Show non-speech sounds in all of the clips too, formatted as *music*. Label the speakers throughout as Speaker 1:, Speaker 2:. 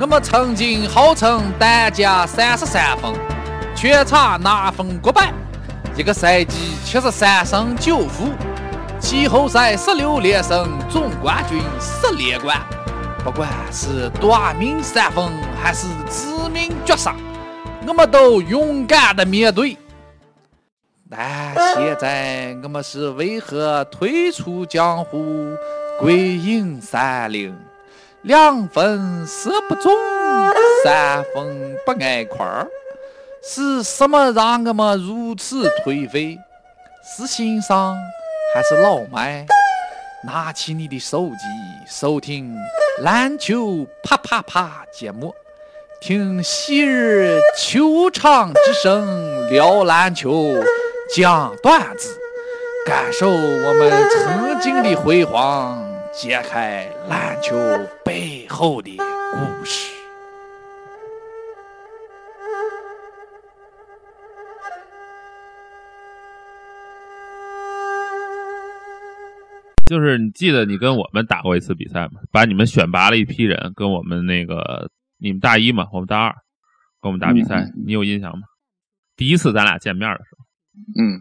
Speaker 1: 我们曾经号称单加三十三分，全场拿分过百，一个赛季七十三胜九负，季后赛十六连胜，总冠军十连冠。不管是短命三分还是致命绝杀，我们都勇敢的面对。但现在我们是为何退出江湖，归隐山林？两分射不中，三分不挨块儿，是什么让我们如此颓废？是欣赏还是老迈？拿起你的手机，收听篮球啪啪啪节目，听昔日球场之声聊篮球。讲段子，感受我们曾经的辉煌，揭开篮球背后的故事。
Speaker 2: 就是你记得你跟我们打过一次比赛吗？把你们选拔了一批人，跟我们那个你们大一嘛，我们大二，跟我们打比赛，你有印象吗？第一次咱俩见面的时候。
Speaker 3: 嗯，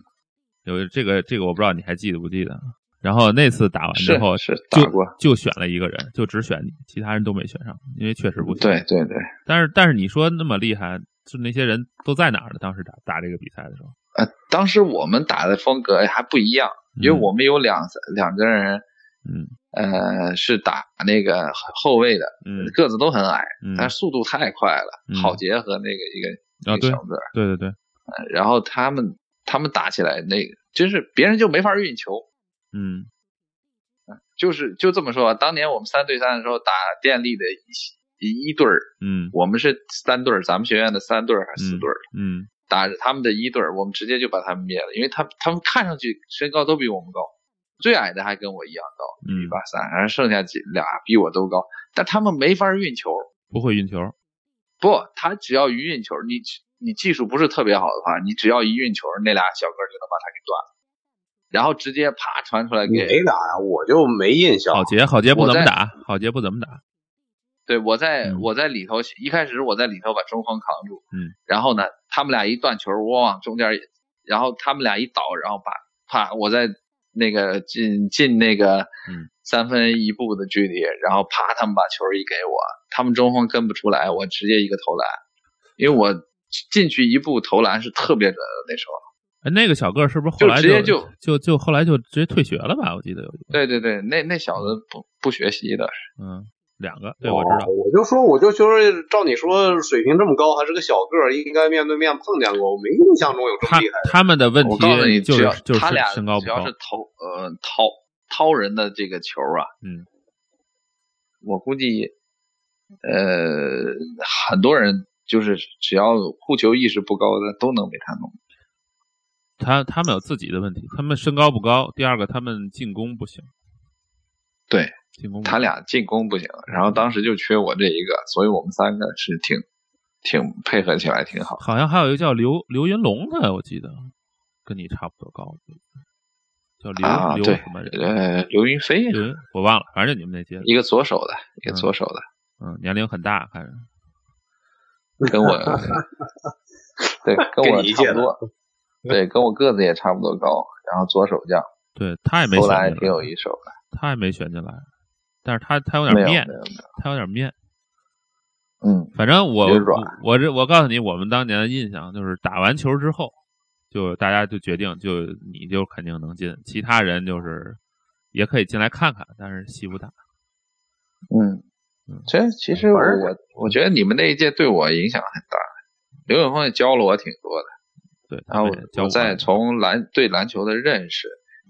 Speaker 2: 有这个这个我不知道你还记得不记得。啊然后那次打完之后
Speaker 3: 是
Speaker 2: 就
Speaker 3: 打过，
Speaker 2: 就选了一个人，就只选你，其他人都没选上，因为确实不行。
Speaker 3: 对，对对，
Speaker 2: 但是但是你说那么厉害，就那些人都在哪儿呢？当时打打这个比赛的时候，
Speaker 3: 呃，当时我们打的风格还不一样，因为我们有两两个人，
Speaker 2: 嗯
Speaker 3: 呃，是打那个后卫的，
Speaker 2: 嗯
Speaker 3: 个子都很矮，
Speaker 2: 嗯，
Speaker 3: 但是速度太快了，
Speaker 2: 嗯
Speaker 3: 郝杰和那个一个
Speaker 2: 啊
Speaker 3: 一个
Speaker 2: 对
Speaker 3: 小个儿，
Speaker 2: 对对对，
Speaker 3: 呃然后他们他们打起来那个，真是别人就没法运球，
Speaker 2: 嗯
Speaker 3: 就是就这么说吧。当年我们三对三的时候打电力的一一一对儿，
Speaker 2: 嗯
Speaker 3: 我们是三对儿，咱们学院的三对儿还是四对儿，
Speaker 2: 嗯
Speaker 3: 打着他们的一对儿，我们直接就把他们灭了，因为他们他们看上去身高都比我们高，最矮的还跟我一样高，一
Speaker 2: 嗯，
Speaker 3: 八三，然后剩下几俩比我都高，但他们没法运球。
Speaker 2: 不会运球，
Speaker 3: 不，他只要一运球，你你技术不是特别好的话，你只要一运球，那俩小个儿就能把他给断了，然后直接啪传出来
Speaker 4: 你
Speaker 3: 给。
Speaker 4: 没打呀？我就没印象。
Speaker 2: 郝杰郝杰不
Speaker 3: 我
Speaker 2: 怎么
Speaker 3: 在
Speaker 2: 打，郝杰不怎么打，
Speaker 3: 对，我在
Speaker 2: 嗯
Speaker 3: 我在里头，一开始我在里头把中锋扛住，
Speaker 2: 嗯，
Speaker 3: 然后呢，他们俩一断球，我往中间一，然后他们俩一倒，然后把啪，我在那个进进那个
Speaker 2: 嗯
Speaker 3: 三分一步的距离，然后啪，他们把球一给我，他们中锋跟不出来，我直接一个投篮，因为我进去一步投篮是特别准的那时候。
Speaker 2: 哎，那个小个儿是不是后来
Speaker 3: 就直接
Speaker 2: 就就就后来就直接退学了吧？我记得有一个，
Speaker 3: 对对对，那那小子不不学习的，
Speaker 2: 嗯，两个，对我知道
Speaker 4: 哦，我就说，我就觉得，照你说，水平这么高，还是个小个儿，应该面对面碰见过。我没印象中有这么
Speaker 2: 他
Speaker 4: 厉害。
Speaker 2: 他们的问
Speaker 3: 我告诉你，
Speaker 2: 题就
Speaker 3: 只要
Speaker 2: 是就是
Speaker 3: 他俩
Speaker 2: 身高不
Speaker 3: 只要
Speaker 2: 高
Speaker 3: 是，投呃掏掏人的这个球啊，
Speaker 2: 嗯，
Speaker 3: 我估计呃很多人就是只要护球意识不高的都能被他弄。
Speaker 2: 他他们有自己的问题，他们身高不高，第二个他们进攻不行，
Speaker 3: 对
Speaker 2: 进攻不行
Speaker 3: 他俩进攻不行，
Speaker 2: 嗯
Speaker 3: 然后当时就缺我这一个，所以我们三个是挺挺配合起来挺好。
Speaker 2: 好像还有一个叫刘刘云龙的，我记得跟你差不多高，叫刘、
Speaker 3: 啊
Speaker 2: 刘
Speaker 3: 对
Speaker 2: 什么人？
Speaker 3: 呃，刘云飞
Speaker 2: 刘云我忘了，反正就你们那届的，
Speaker 3: 一个左手的，一个
Speaker 2: 嗯
Speaker 3: 左手的，
Speaker 2: 嗯，年龄很大，看着，
Speaker 3: 跟
Speaker 4: *laughs*
Speaker 3: 我对跟
Speaker 4: 跟
Speaker 3: 我
Speaker 4: 你一
Speaker 3: 差
Speaker 4: 届
Speaker 3: 不
Speaker 4: 的
Speaker 3: 多，
Speaker 4: *laughs*
Speaker 3: 对跟我个子也差不多高，然后左手将。
Speaker 2: 对他也没
Speaker 3: 投
Speaker 2: 选
Speaker 3: 篮还
Speaker 2: 进
Speaker 3: 挺有
Speaker 2: 来，
Speaker 3: 一手的，
Speaker 2: 他也没选进来，但是他他有
Speaker 3: 没有
Speaker 2: 点
Speaker 3: 没
Speaker 2: 面
Speaker 3: 有，没有，
Speaker 2: 他有点面，
Speaker 3: 嗯，
Speaker 2: 反正我
Speaker 3: 有点软
Speaker 2: 我我这我告诉你，我们当年的印象就是打完球之后，就大家就决定就你就肯定能进，其他人就是也可以进来看看，但是戏不大。
Speaker 3: 嗯
Speaker 2: 嗯，
Speaker 3: 这其实我
Speaker 4: 玩儿
Speaker 3: 我我觉得你们那一届对我影响很大，刘永峰也教了我挺多的，
Speaker 2: 对，
Speaker 3: 然
Speaker 2: 他
Speaker 3: 后
Speaker 2: 们也
Speaker 3: 啊
Speaker 2: 教
Speaker 3: 我再
Speaker 2: 们
Speaker 3: 从篮对篮球的认识、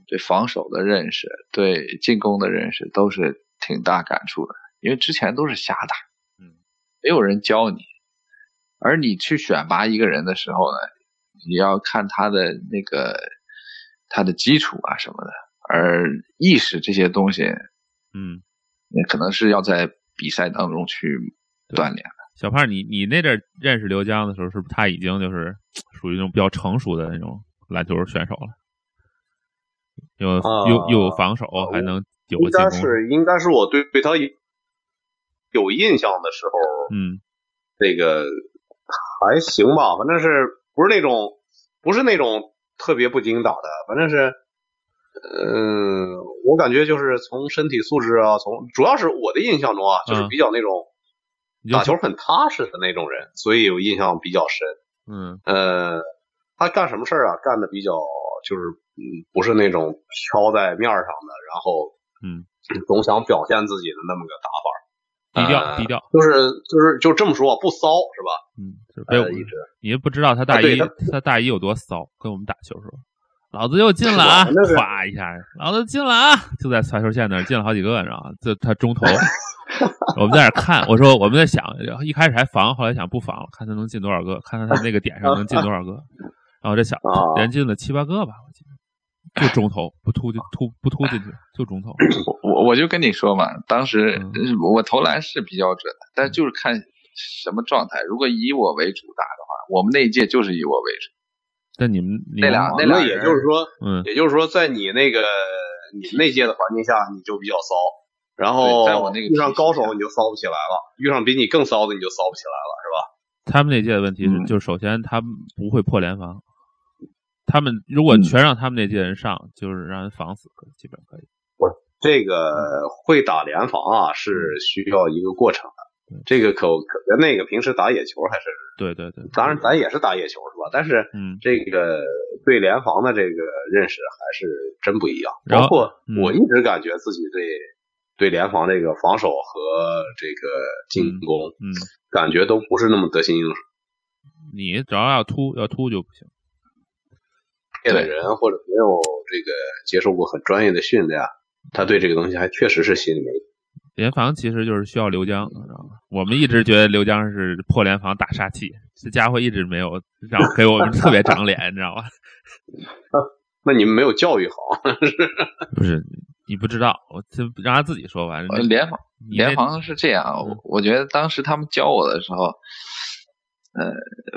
Speaker 3: 对防守的认识、对进攻的认识都是挺大感触的，因为之前都是瞎打，
Speaker 2: 嗯，
Speaker 3: 没有人教你，而你去选拔一个人的时候呢，也要看他的那个他的基础啊什么的，而意识这些东西。
Speaker 2: 嗯。
Speaker 3: 也可能是要在比赛当中去锻炼。
Speaker 2: 小胖，你你那阵儿认识刘江的时候，是不是他已经就是属于那种比较成熟的那种篮球选手了？有
Speaker 4: 啊
Speaker 2: 又又有防守，还能有个
Speaker 4: 应
Speaker 2: 进
Speaker 4: 该
Speaker 2: 攻。
Speaker 4: 是，应该是我对对他有印象的时候，
Speaker 2: 嗯
Speaker 4: 这个还行吧，反正是不是那种不是那种特别不经打的，反正是，嗯、我感觉就是从身体素质啊，从主要是我的印象中啊，就是
Speaker 2: 嗯
Speaker 4: 比较那种
Speaker 2: 你就
Speaker 4: 打球很踏实的那种人，所以有印象比较深。
Speaker 2: 嗯
Speaker 4: 呃，他干什么事儿啊？干的比较就是，嗯，不是那种飘在面儿上的，然后
Speaker 2: 嗯，
Speaker 4: *clears throat* 总想表现自己的那么个打
Speaker 2: 低调
Speaker 4: 呃
Speaker 2: 低调，
Speaker 4: 法，就是就是就这么说，啊不骚是吧？
Speaker 2: 嗯，就是被我
Speaker 4: 呃一直
Speaker 2: 你也不知道他大
Speaker 4: 啊对
Speaker 2: 一
Speaker 4: 他
Speaker 2: 他大一有多骚，跟我们打球时候，老子又进了啊，
Speaker 4: 我们那是
Speaker 2: 咵一下，老子进了啊，就在传球线那儿进了好几个，你知道吗？这他中投，我们在那儿看，我说我们在想，一开始还防，后来想不防了，看他能进多少个，看看他那个点上能进多少个，然后这小
Speaker 4: 啊
Speaker 2: 连进了七八个吧，我记得，就中投，不突就突不突进去，就中投，
Speaker 3: 我我我就跟你说嘛，当时
Speaker 2: 嗯
Speaker 3: 呃我投篮是比较准的，但就是看什么状态。如果以我为主打的话，我们那一届就是以我为主。
Speaker 2: 但你们你
Speaker 3: 那俩
Speaker 2: 们
Speaker 3: 那
Speaker 4: 啊那
Speaker 3: 俩
Speaker 4: 也
Speaker 3: 人
Speaker 4: 就是说，
Speaker 2: 嗯
Speaker 4: 也就是说，在你那个你那届的环境下，你就比较骚。然后
Speaker 3: 对在我那个
Speaker 4: 遇上高
Speaker 3: 体
Speaker 4: 手
Speaker 3: 系
Speaker 4: 你就骚不起来了，遇上比你更骚的你就骚不起来
Speaker 2: 他们那届的问题是，
Speaker 3: 嗯
Speaker 2: 就是首先他们不会破联防，他们如
Speaker 3: 嗯
Speaker 2: 果全让他们那届人上，就是让人防死，基本可以。
Speaker 4: 了是吧？这个会打联防啊是需要一个过程的，
Speaker 3: 嗯
Speaker 4: 这个可可跟那个平时打野球还是，
Speaker 2: 对对对，
Speaker 4: 当然咱也是打野球是吧？但是
Speaker 2: 嗯，
Speaker 4: 这个对联防的这个认识还是真不一样。
Speaker 2: 然后
Speaker 4: 包括
Speaker 2: 嗯
Speaker 4: 我一直感觉自己对、对联防这个防守和这个进攻，
Speaker 2: 嗯嗯
Speaker 4: 感觉都不是那么得心应手。
Speaker 2: 你只要要突要突就不行。
Speaker 4: 业的
Speaker 3: 对
Speaker 4: 人或者没有这个接受过很专业的训练，他对这个东西还确实是心里没
Speaker 2: 联防其实就是需要刘江，你知道吗？我们一直觉得刘江是破联防打杀器，这家伙一直没有让给我们特别长脸，你
Speaker 3: *laughs*
Speaker 2: 知道吧？
Speaker 4: 那你们没有教育好，
Speaker 2: 不是你不知道，我这让他自己说完。
Speaker 3: 呃联防
Speaker 2: 你那嗯
Speaker 3: 联防是这样，我我觉得当时他们教我的时候，呃，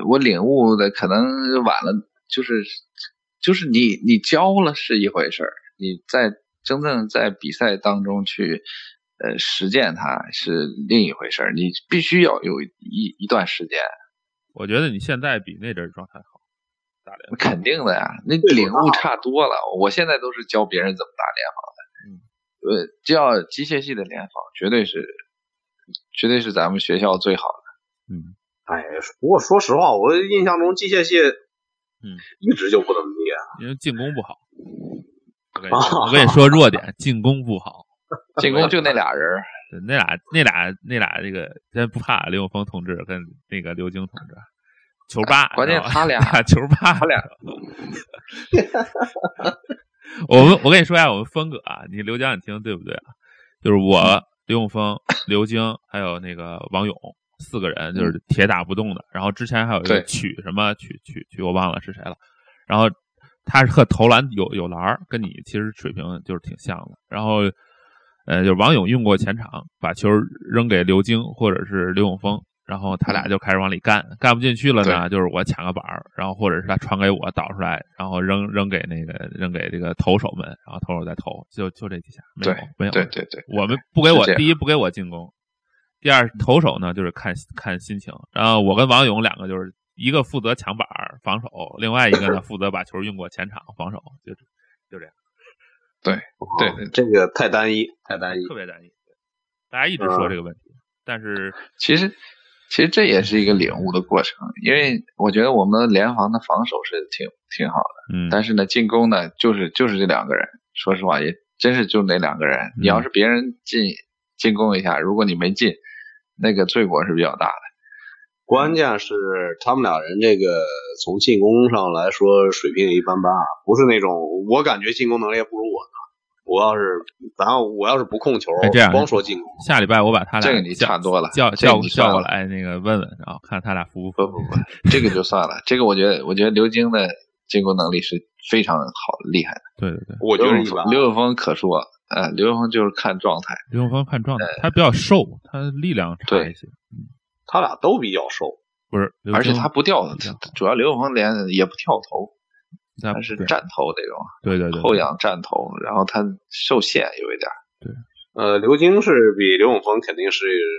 Speaker 3: 我领悟的可能晚了，就是就是你你教了是一回事儿，你在真正在比赛当中去呃实践它是另一回事儿，你必须要有一一段时间，
Speaker 2: 我觉得你现在比那阵儿状态好，打联防。
Speaker 3: 肯定的呀，那
Speaker 4: 对
Speaker 3: 领
Speaker 4: 我
Speaker 3: 悟差多了。我现在都是教别人怎么
Speaker 2: 嗯
Speaker 3: 打联防的，呃，就要机械系的联防，绝对是，绝对是咱们学校最好的。
Speaker 2: 嗯，
Speaker 4: 哎，不过说实话，我印象中机械系，
Speaker 2: 嗯，
Speaker 4: 一直就不怎么地啊。
Speaker 2: 因为进攻不好。我
Speaker 3: 啊
Speaker 2: 跟你说，
Speaker 4: *laughs*
Speaker 2: 我跟你说弱点，进攻不好。
Speaker 3: 进攻就那俩人
Speaker 2: *laughs*
Speaker 3: 儿，
Speaker 2: 对，那俩那俩那俩这个咱不怕刘永峰同志跟那个刘晶同志，球八，
Speaker 3: 关键
Speaker 2: 你知道吧
Speaker 3: 他俩
Speaker 2: 球八，
Speaker 3: 他俩。
Speaker 2: *laughs* 我们我跟你说一下我们风格啊，你刘江你听对不对啊？就是我刘永峰、刘晶还有那个王勇四个人就是铁打不动的，然后之前还有一个
Speaker 3: 嗯对
Speaker 2: 曲什么曲曲曲我忘了是谁了，然后他是和投篮有有篮儿，跟你其实水平就是挺像的。然后，呃，就是王勇用过前场，把球扔给刘晶或者是刘永峰，然后他
Speaker 3: 嗯
Speaker 2: 俩就开始往里干，干不进去了呢，就是我抢个板儿，然后或者是他传给我倒出来，然后扔扔给那个扔给这个投手们，然后投手再投，就就这几下，没有
Speaker 3: 对
Speaker 2: *laughs* 没有
Speaker 3: 对对对，
Speaker 2: 我们不给我
Speaker 3: 是这样
Speaker 2: 第一不给我进攻，第二投手呢就是看看心情。然后我跟王勇两个就是一个负责抢板儿防守，另外一个呢负责把球运过前场防守，就就这样，
Speaker 3: 对
Speaker 4: *laughs* 哦这个太单一，太
Speaker 3: 哎
Speaker 4: 单一
Speaker 2: 特。别单一。大家一直
Speaker 3: 嗯
Speaker 2: 说这个问题，但是
Speaker 3: 其实其实这也是一个领悟的过程，因为我觉得我们联防的防守是挺挺好的，
Speaker 2: 嗯，
Speaker 3: 但是呢，进攻呢就是就是这两个人，说实话也真是就那两个
Speaker 2: 嗯
Speaker 3: 人。你要是别人进进攻一下，如果你没进，那个罪过是比较大的。
Speaker 4: 关键是他们俩人这个从进攻上来说水平也一般般啊，不是那种我感觉进攻能力也不如我呢。我要是咱我要是不控球
Speaker 2: 哎这样，
Speaker 4: 光说进攻，
Speaker 2: 下礼拜我把他俩
Speaker 3: 这个你
Speaker 2: 叫
Speaker 3: 差多了
Speaker 2: 叫
Speaker 3: 这个
Speaker 2: 叫
Speaker 3: 你
Speaker 2: 叫
Speaker 3: 算
Speaker 2: 过
Speaker 3: 了
Speaker 2: 来那个问问，然后看他俩服不
Speaker 3: 不
Speaker 2: 服。
Speaker 3: 不不，这个就算了。这个我觉得，我觉得刘晶的进攻能力是非常好厉害的。
Speaker 2: 对对对，
Speaker 4: 我觉得一般。
Speaker 3: 刘永峰可说，呃，刘永峰就是看状态。
Speaker 2: 刘永峰看状态，他比较瘦，他力量差
Speaker 3: 哎对
Speaker 2: 一些，
Speaker 4: 他俩都比较瘦，
Speaker 2: 不是，刘
Speaker 3: 而且
Speaker 2: 晶
Speaker 3: 他不掉
Speaker 2: 力量，
Speaker 3: 主要刘永峰连也不跳投，
Speaker 2: 他
Speaker 3: 他是
Speaker 2: 对
Speaker 3: 站投那种
Speaker 2: 对对对
Speaker 3: 后仰站投，然后他受限有一点儿。
Speaker 2: 对
Speaker 4: 呃，刘晶是比刘永峰肯定是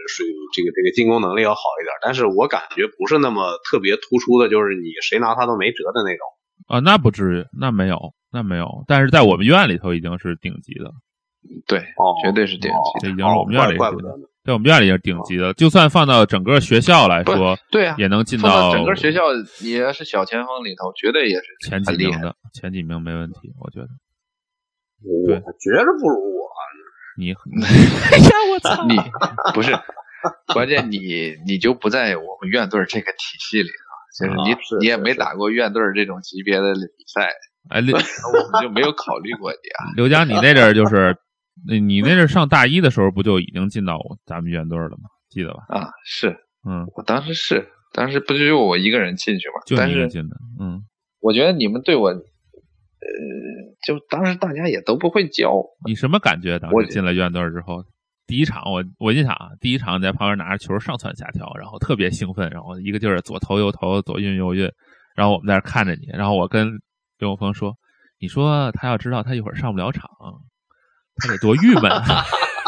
Speaker 4: 水这个这个进攻能力要好一点，但是我感觉不是那么特别突出的，就是你谁拿他都没辙的那种。
Speaker 2: 啊，那不至于，那没有，那没有。但是在我们院里头已经是顶级的，
Speaker 3: 对，
Speaker 4: 哦
Speaker 3: 绝对是顶级的。
Speaker 2: 这已经是我们院
Speaker 4: 怪
Speaker 3: 哦
Speaker 2: 里
Speaker 4: 怪
Speaker 2: 头
Speaker 4: 不得呢。
Speaker 2: 在我们院里也是顶级的。就算放到整个学校来说，
Speaker 3: 对啊，
Speaker 2: 也能进
Speaker 3: 放
Speaker 2: 到
Speaker 3: 到整个学校，你要是小前锋里头，绝对也是
Speaker 2: 前几
Speaker 3: 很厉
Speaker 2: 名
Speaker 3: 害。
Speaker 2: 的，前几名没问题，我觉得
Speaker 4: 我
Speaker 2: 对
Speaker 4: 觉着不如我，
Speaker 2: 你很
Speaker 3: 你 *laughs* 不是，关键你你就不在我们院队儿这个体系里头，就是你、
Speaker 4: 啊是
Speaker 3: 你也
Speaker 4: 是
Speaker 3: 没
Speaker 4: 是
Speaker 3: 打过院队儿这种级别的比赛，*laughs*
Speaker 2: 哎刘
Speaker 3: 我们就没有考虑过你啊。
Speaker 2: 刘江，你那阵儿就是你你那阵儿上大一的时候，不就已经进到我咱们院队了吗？记得吧？
Speaker 3: 啊，是
Speaker 2: 嗯，
Speaker 3: 我当时是，当时不就就我一个人进去嘛？
Speaker 2: 就
Speaker 3: 但
Speaker 2: 你一
Speaker 3: 是
Speaker 2: 个进的，嗯
Speaker 3: 我觉得你们对我，呃，就当时大家也都不会教，
Speaker 2: 你什么感觉？当
Speaker 3: 我
Speaker 2: 时进了院队之后，第一场我我印象啊，第一场在旁边拿着球上蹿下跳，然后特别兴奋，然后一个劲儿地左投右投，左运右运，然后我们在那儿看着你，然后我跟刘永峰说：“你说他要知道他一会儿上不了场，他得多郁闷啊！”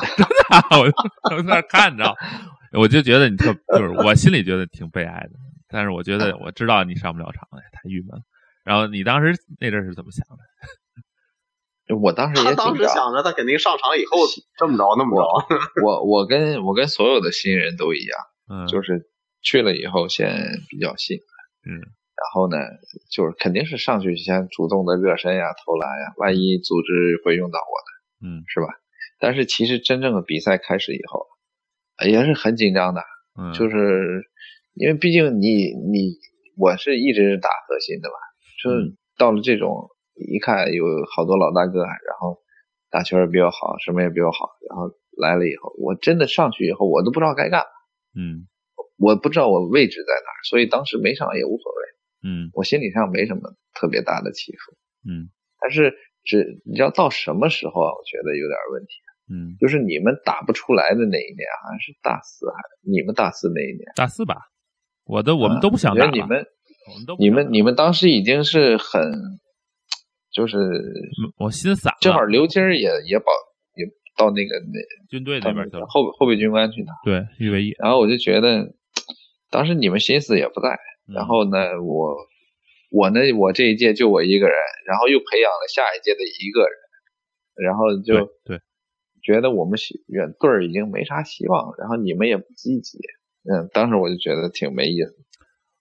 Speaker 2: *laughs* 真的啊，我就在那儿看着，我就觉得你特就是我心里觉得挺悲哀的，但是我觉得我知道你上不了场，哎，太郁闷了。然后你当时那阵儿是怎么想的？
Speaker 3: 我当时也
Speaker 4: 他
Speaker 3: 紧
Speaker 4: 当时
Speaker 3: 张。
Speaker 4: 想着他肯定上场以后这么着那么着，
Speaker 3: 我我跟我跟所有的新人都一样。
Speaker 2: 嗯，
Speaker 3: 就是去了以后先比较信，
Speaker 2: 嗯，
Speaker 3: 然后呢，就是肯定是上去先主动的热身呀、投篮呀，万一组织会用到我的
Speaker 2: 嗯
Speaker 3: 是吧？但是其实真正的比赛开始以后，呃也是很紧张的，
Speaker 2: 嗯，
Speaker 3: 就是因为毕竟你你我是一直打核心的嘛，就是
Speaker 2: 嗯
Speaker 3: 到了这种一看有好多老大哥，啊然后打球也比我好，什么也比我好，然后来了以后，我真的上去以后，我都不知道该干嘛。
Speaker 2: 嗯
Speaker 3: 我不知道我位置在哪儿，所以当时没上也无所谓，
Speaker 2: 嗯
Speaker 3: 我心理上没什么特别大的起伏。
Speaker 2: 嗯
Speaker 3: 但是只你知道到什么时候啊，我觉得有点问题，
Speaker 2: 嗯。
Speaker 3: 就是你们打不出来的那一年，好像是大四还是你们大四那一年，
Speaker 2: 大四吧，我的
Speaker 4: 啊
Speaker 2: 我们都不想
Speaker 3: 觉
Speaker 2: 打
Speaker 3: 得
Speaker 2: 了，
Speaker 3: 你们
Speaker 2: 我们都不
Speaker 3: 你
Speaker 2: 想打
Speaker 3: 们你们当时已经是很，就是
Speaker 2: 嗯我心散了，
Speaker 3: 正好刘金儿也也保也到那个那
Speaker 2: 军队
Speaker 3: 到那
Speaker 2: 那边去
Speaker 3: 个
Speaker 2: 了，
Speaker 3: 后后备军官去打，
Speaker 2: 对预备役，
Speaker 3: 然后我就觉得当时你们心思也不在。
Speaker 2: 嗯
Speaker 3: 然后呢，我我呢，我这一届就我一个人，然后又培养了下一届的一个人，然后
Speaker 2: 对
Speaker 3: 就
Speaker 2: 对，
Speaker 3: 觉得我们希远队儿已经没啥希望了，然后你们也不积极，嗯，当时我就觉得挺没意思的。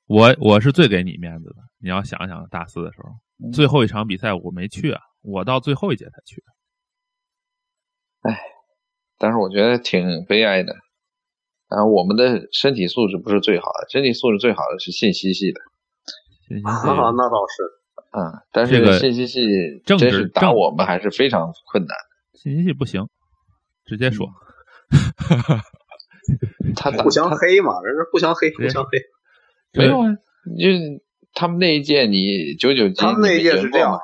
Speaker 2: 我我是最给你面子的，你要想想大四的时候，
Speaker 3: 嗯
Speaker 2: 最后一场比赛我没去啊，我到最后一节才去，
Speaker 3: 当时我觉得挺悲哀的。然后我们的身体素质不是最好的，身体素质最好的是信息系的，
Speaker 2: 信
Speaker 4: 啊
Speaker 2: 息系
Speaker 4: 那那倒是。
Speaker 3: 嗯，但
Speaker 2: 这个
Speaker 3: 是信息系
Speaker 2: 政
Speaker 3: 真
Speaker 2: 治
Speaker 3: 是打
Speaker 2: 政
Speaker 3: 我们还是非常困难。
Speaker 2: 信息系不行，直接
Speaker 4: 嗯
Speaker 2: 说，
Speaker 3: 他打
Speaker 4: 互相黑嘛，人是互相黑，互相黑。
Speaker 3: 没
Speaker 2: 嗯对
Speaker 3: 有啊，你就他们那一届你九九级，
Speaker 4: 他们那一届是这样，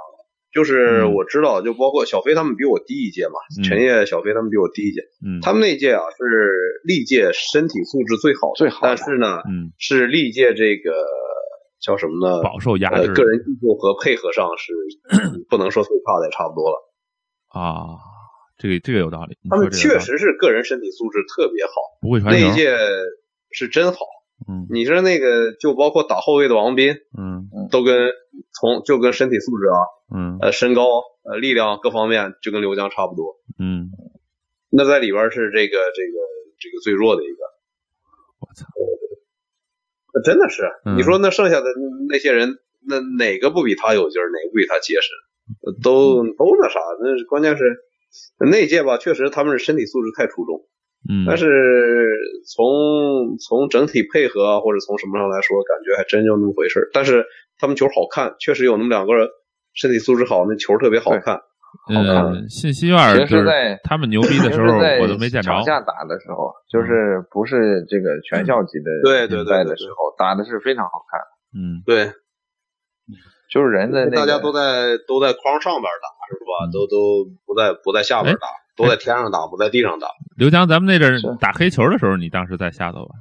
Speaker 4: 就是我知道，就包括小飞他们比我低一届嘛，
Speaker 2: 嗯
Speaker 4: 陈烨、小飞他们比我低一届。
Speaker 2: 嗯，
Speaker 4: 他们那一届啊是历届身体素质最好的，
Speaker 3: 最好的
Speaker 4: 但是呢
Speaker 2: 嗯
Speaker 4: 是历届这个叫什么呢？
Speaker 2: 饱受压
Speaker 4: 呃
Speaker 2: 制，
Speaker 4: 个人技术和配合上是不能说最差的，也差不多了。
Speaker 2: 啊，这个这个有道理，你
Speaker 4: 他
Speaker 2: 说
Speaker 4: 们
Speaker 2: 这个有哎
Speaker 4: 确
Speaker 2: 道理
Speaker 4: 实是个人身体素质特别好，
Speaker 2: 不会传
Speaker 4: 那
Speaker 2: 球
Speaker 4: 一，届是真好。
Speaker 2: 嗯
Speaker 4: 你说那个就包括打后卫的王斌，
Speaker 2: 嗯
Speaker 4: 都跟从就跟身体素质啊，
Speaker 2: 嗯
Speaker 4: 呃，身高、呃，力量各方面就跟刘江差不多。
Speaker 2: 嗯，
Speaker 4: 那在里边是这个这个这个最弱的一个，
Speaker 2: 我操，
Speaker 4: 那真的是啊
Speaker 2: 嗯
Speaker 4: 你说那剩下的那些人，那哪个不比他有劲儿，哪个不比他结实？呃都
Speaker 2: 嗯
Speaker 4: 都那啥，那是关键是那届吧，确实他们是身体素质太出众，
Speaker 2: 嗯，
Speaker 4: 但是从从整体配合啊，或者从什么上来说，感觉还真就那么回事儿。但是他们球好看，确实有那么两个人身体素质好，那球特别好看。
Speaker 2: 呃，信息院儿
Speaker 3: 平时
Speaker 2: 就是
Speaker 3: 在
Speaker 2: 他们牛逼的时
Speaker 3: 平时
Speaker 2: 候
Speaker 3: 在，
Speaker 2: 我都没见着
Speaker 3: 场，下打的时候，就是不是这个全校级的
Speaker 4: 对对对
Speaker 3: 比赛
Speaker 4: 对
Speaker 3: 的
Speaker 4: 对
Speaker 3: 时候，打的是非常好看，
Speaker 2: 嗯。
Speaker 4: 对，
Speaker 3: 就是人的那个
Speaker 4: 大家都在都在框上边打是吧？都都不在不在下边打，都在天上打，不在地上打。
Speaker 2: 刘江，咱们那阵
Speaker 3: 是
Speaker 2: 儿打黑球的时候，你当时在下头吧？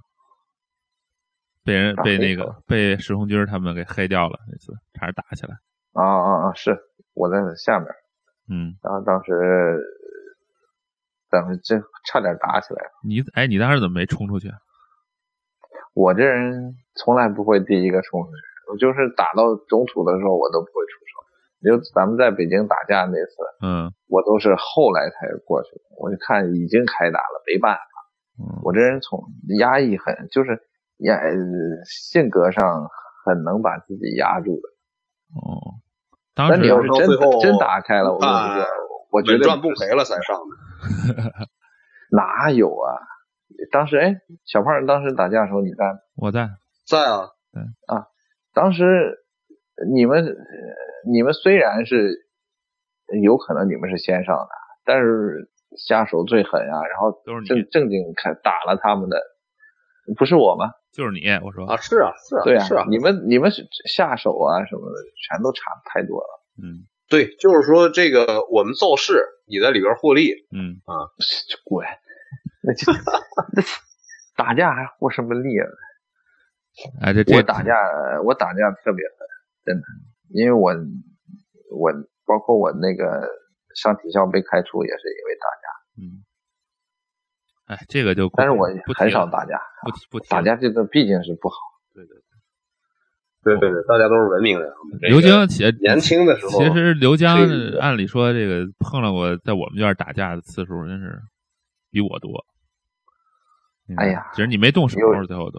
Speaker 2: 被人
Speaker 3: 打黑
Speaker 2: 被那
Speaker 3: 球
Speaker 2: 个被石红军他们给黑掉了，那次差点打起来。
Speaker 3: 啊啊啊，是我在下面，
Speaker 2: 嗯
Speaker 3: 然后当时咱们这差点打起来了。
Speaker 2: 你哎，你当时怎么没冲出去啊？
Speaker 3: 我这人从来不会第一个冲出去，我就是打到中途的时候，我都不会出手。就咱们在北京打架那次，
Speaker 2: 嗯
Speaker 3: 我都是后来才过去的。我就看已经开打了，没办法。
Speaker 2: 嗯
Speaker 3: 我这人从压抑很，就是压呃性格上很能把自己压住的。
Speaker 2: 哦，当
Speaker 3: 但
Speaker 2: 时
Speaker 3: 你要是
Speaker 4: 到
Speaker 3: 真
Speaker 4: 最后
Speaker 3: 真打开了，我就觉
Speaker 4: 啊
Speaker 3: 得我觉
Speaker 4: 稳
Speaker 3: 得
Speaker 4: 赚不赔了才上的。
Speaker 3: 哪有啊？当时哎，小胖当时打架的时候你在吗，
Speaker 2: 我在，
Speaker 4: 在啊，
Speaker 3: 当时你们呃你们虽然是有可能你们是先上的，但是下手最狠啊，然后
Speaker 2: 都是你
Speaker 3: 正正经开打了他们的，不是我吗？
Speaker 2: 就是你，我说
Speaker 4: 啊，是啊，是啊，
Speaker 3: 对
Speaker 4: 是啊，
Speaker 3: 你们你们是下手啊什么的，全都差太多了。 *laughs*
Speaker 2: 嗯
Speaker 4: 对，就是说这个我们奏事，你在里边获利，
Speaker 2: 嗯，
Speaker 3: 滚！那
Speaker 4: *laughs*
Speaker 3: 就打架还获什么利啊？
Speaker 2: 哎，这这
Speaker 3: 我打架，我打架特别狠，真的，因为我我包括我那个上体校被开除也是因为打架，
Speaker 2: 嗯，哎，这个就
Speaker 3: 但是我
Speaker 2: 不提
Speaker 3: 很少
Speaker 2: 了
Speaker 3: 打架，
Speaker 2: 不提不提
Speaker 3: 打
Speaker 2: 了
Speaker 3: 架这个毕竟是不好。
Speaker 4: 对对对，大家都是文明人啊。这个
Speaker 2: 刘江其
Speaker 4: 年轻的时候，
Speaker 2: 其实刘江
Speaker 4: 这个
Speaker 2: 按理说这个碰到过在我们院打架的次数真是比我多。嗯
Speaker 3: 哎呀
Speaker 2: 只是你没动手
Speaker 3: 又，
Speaker 2: 最后都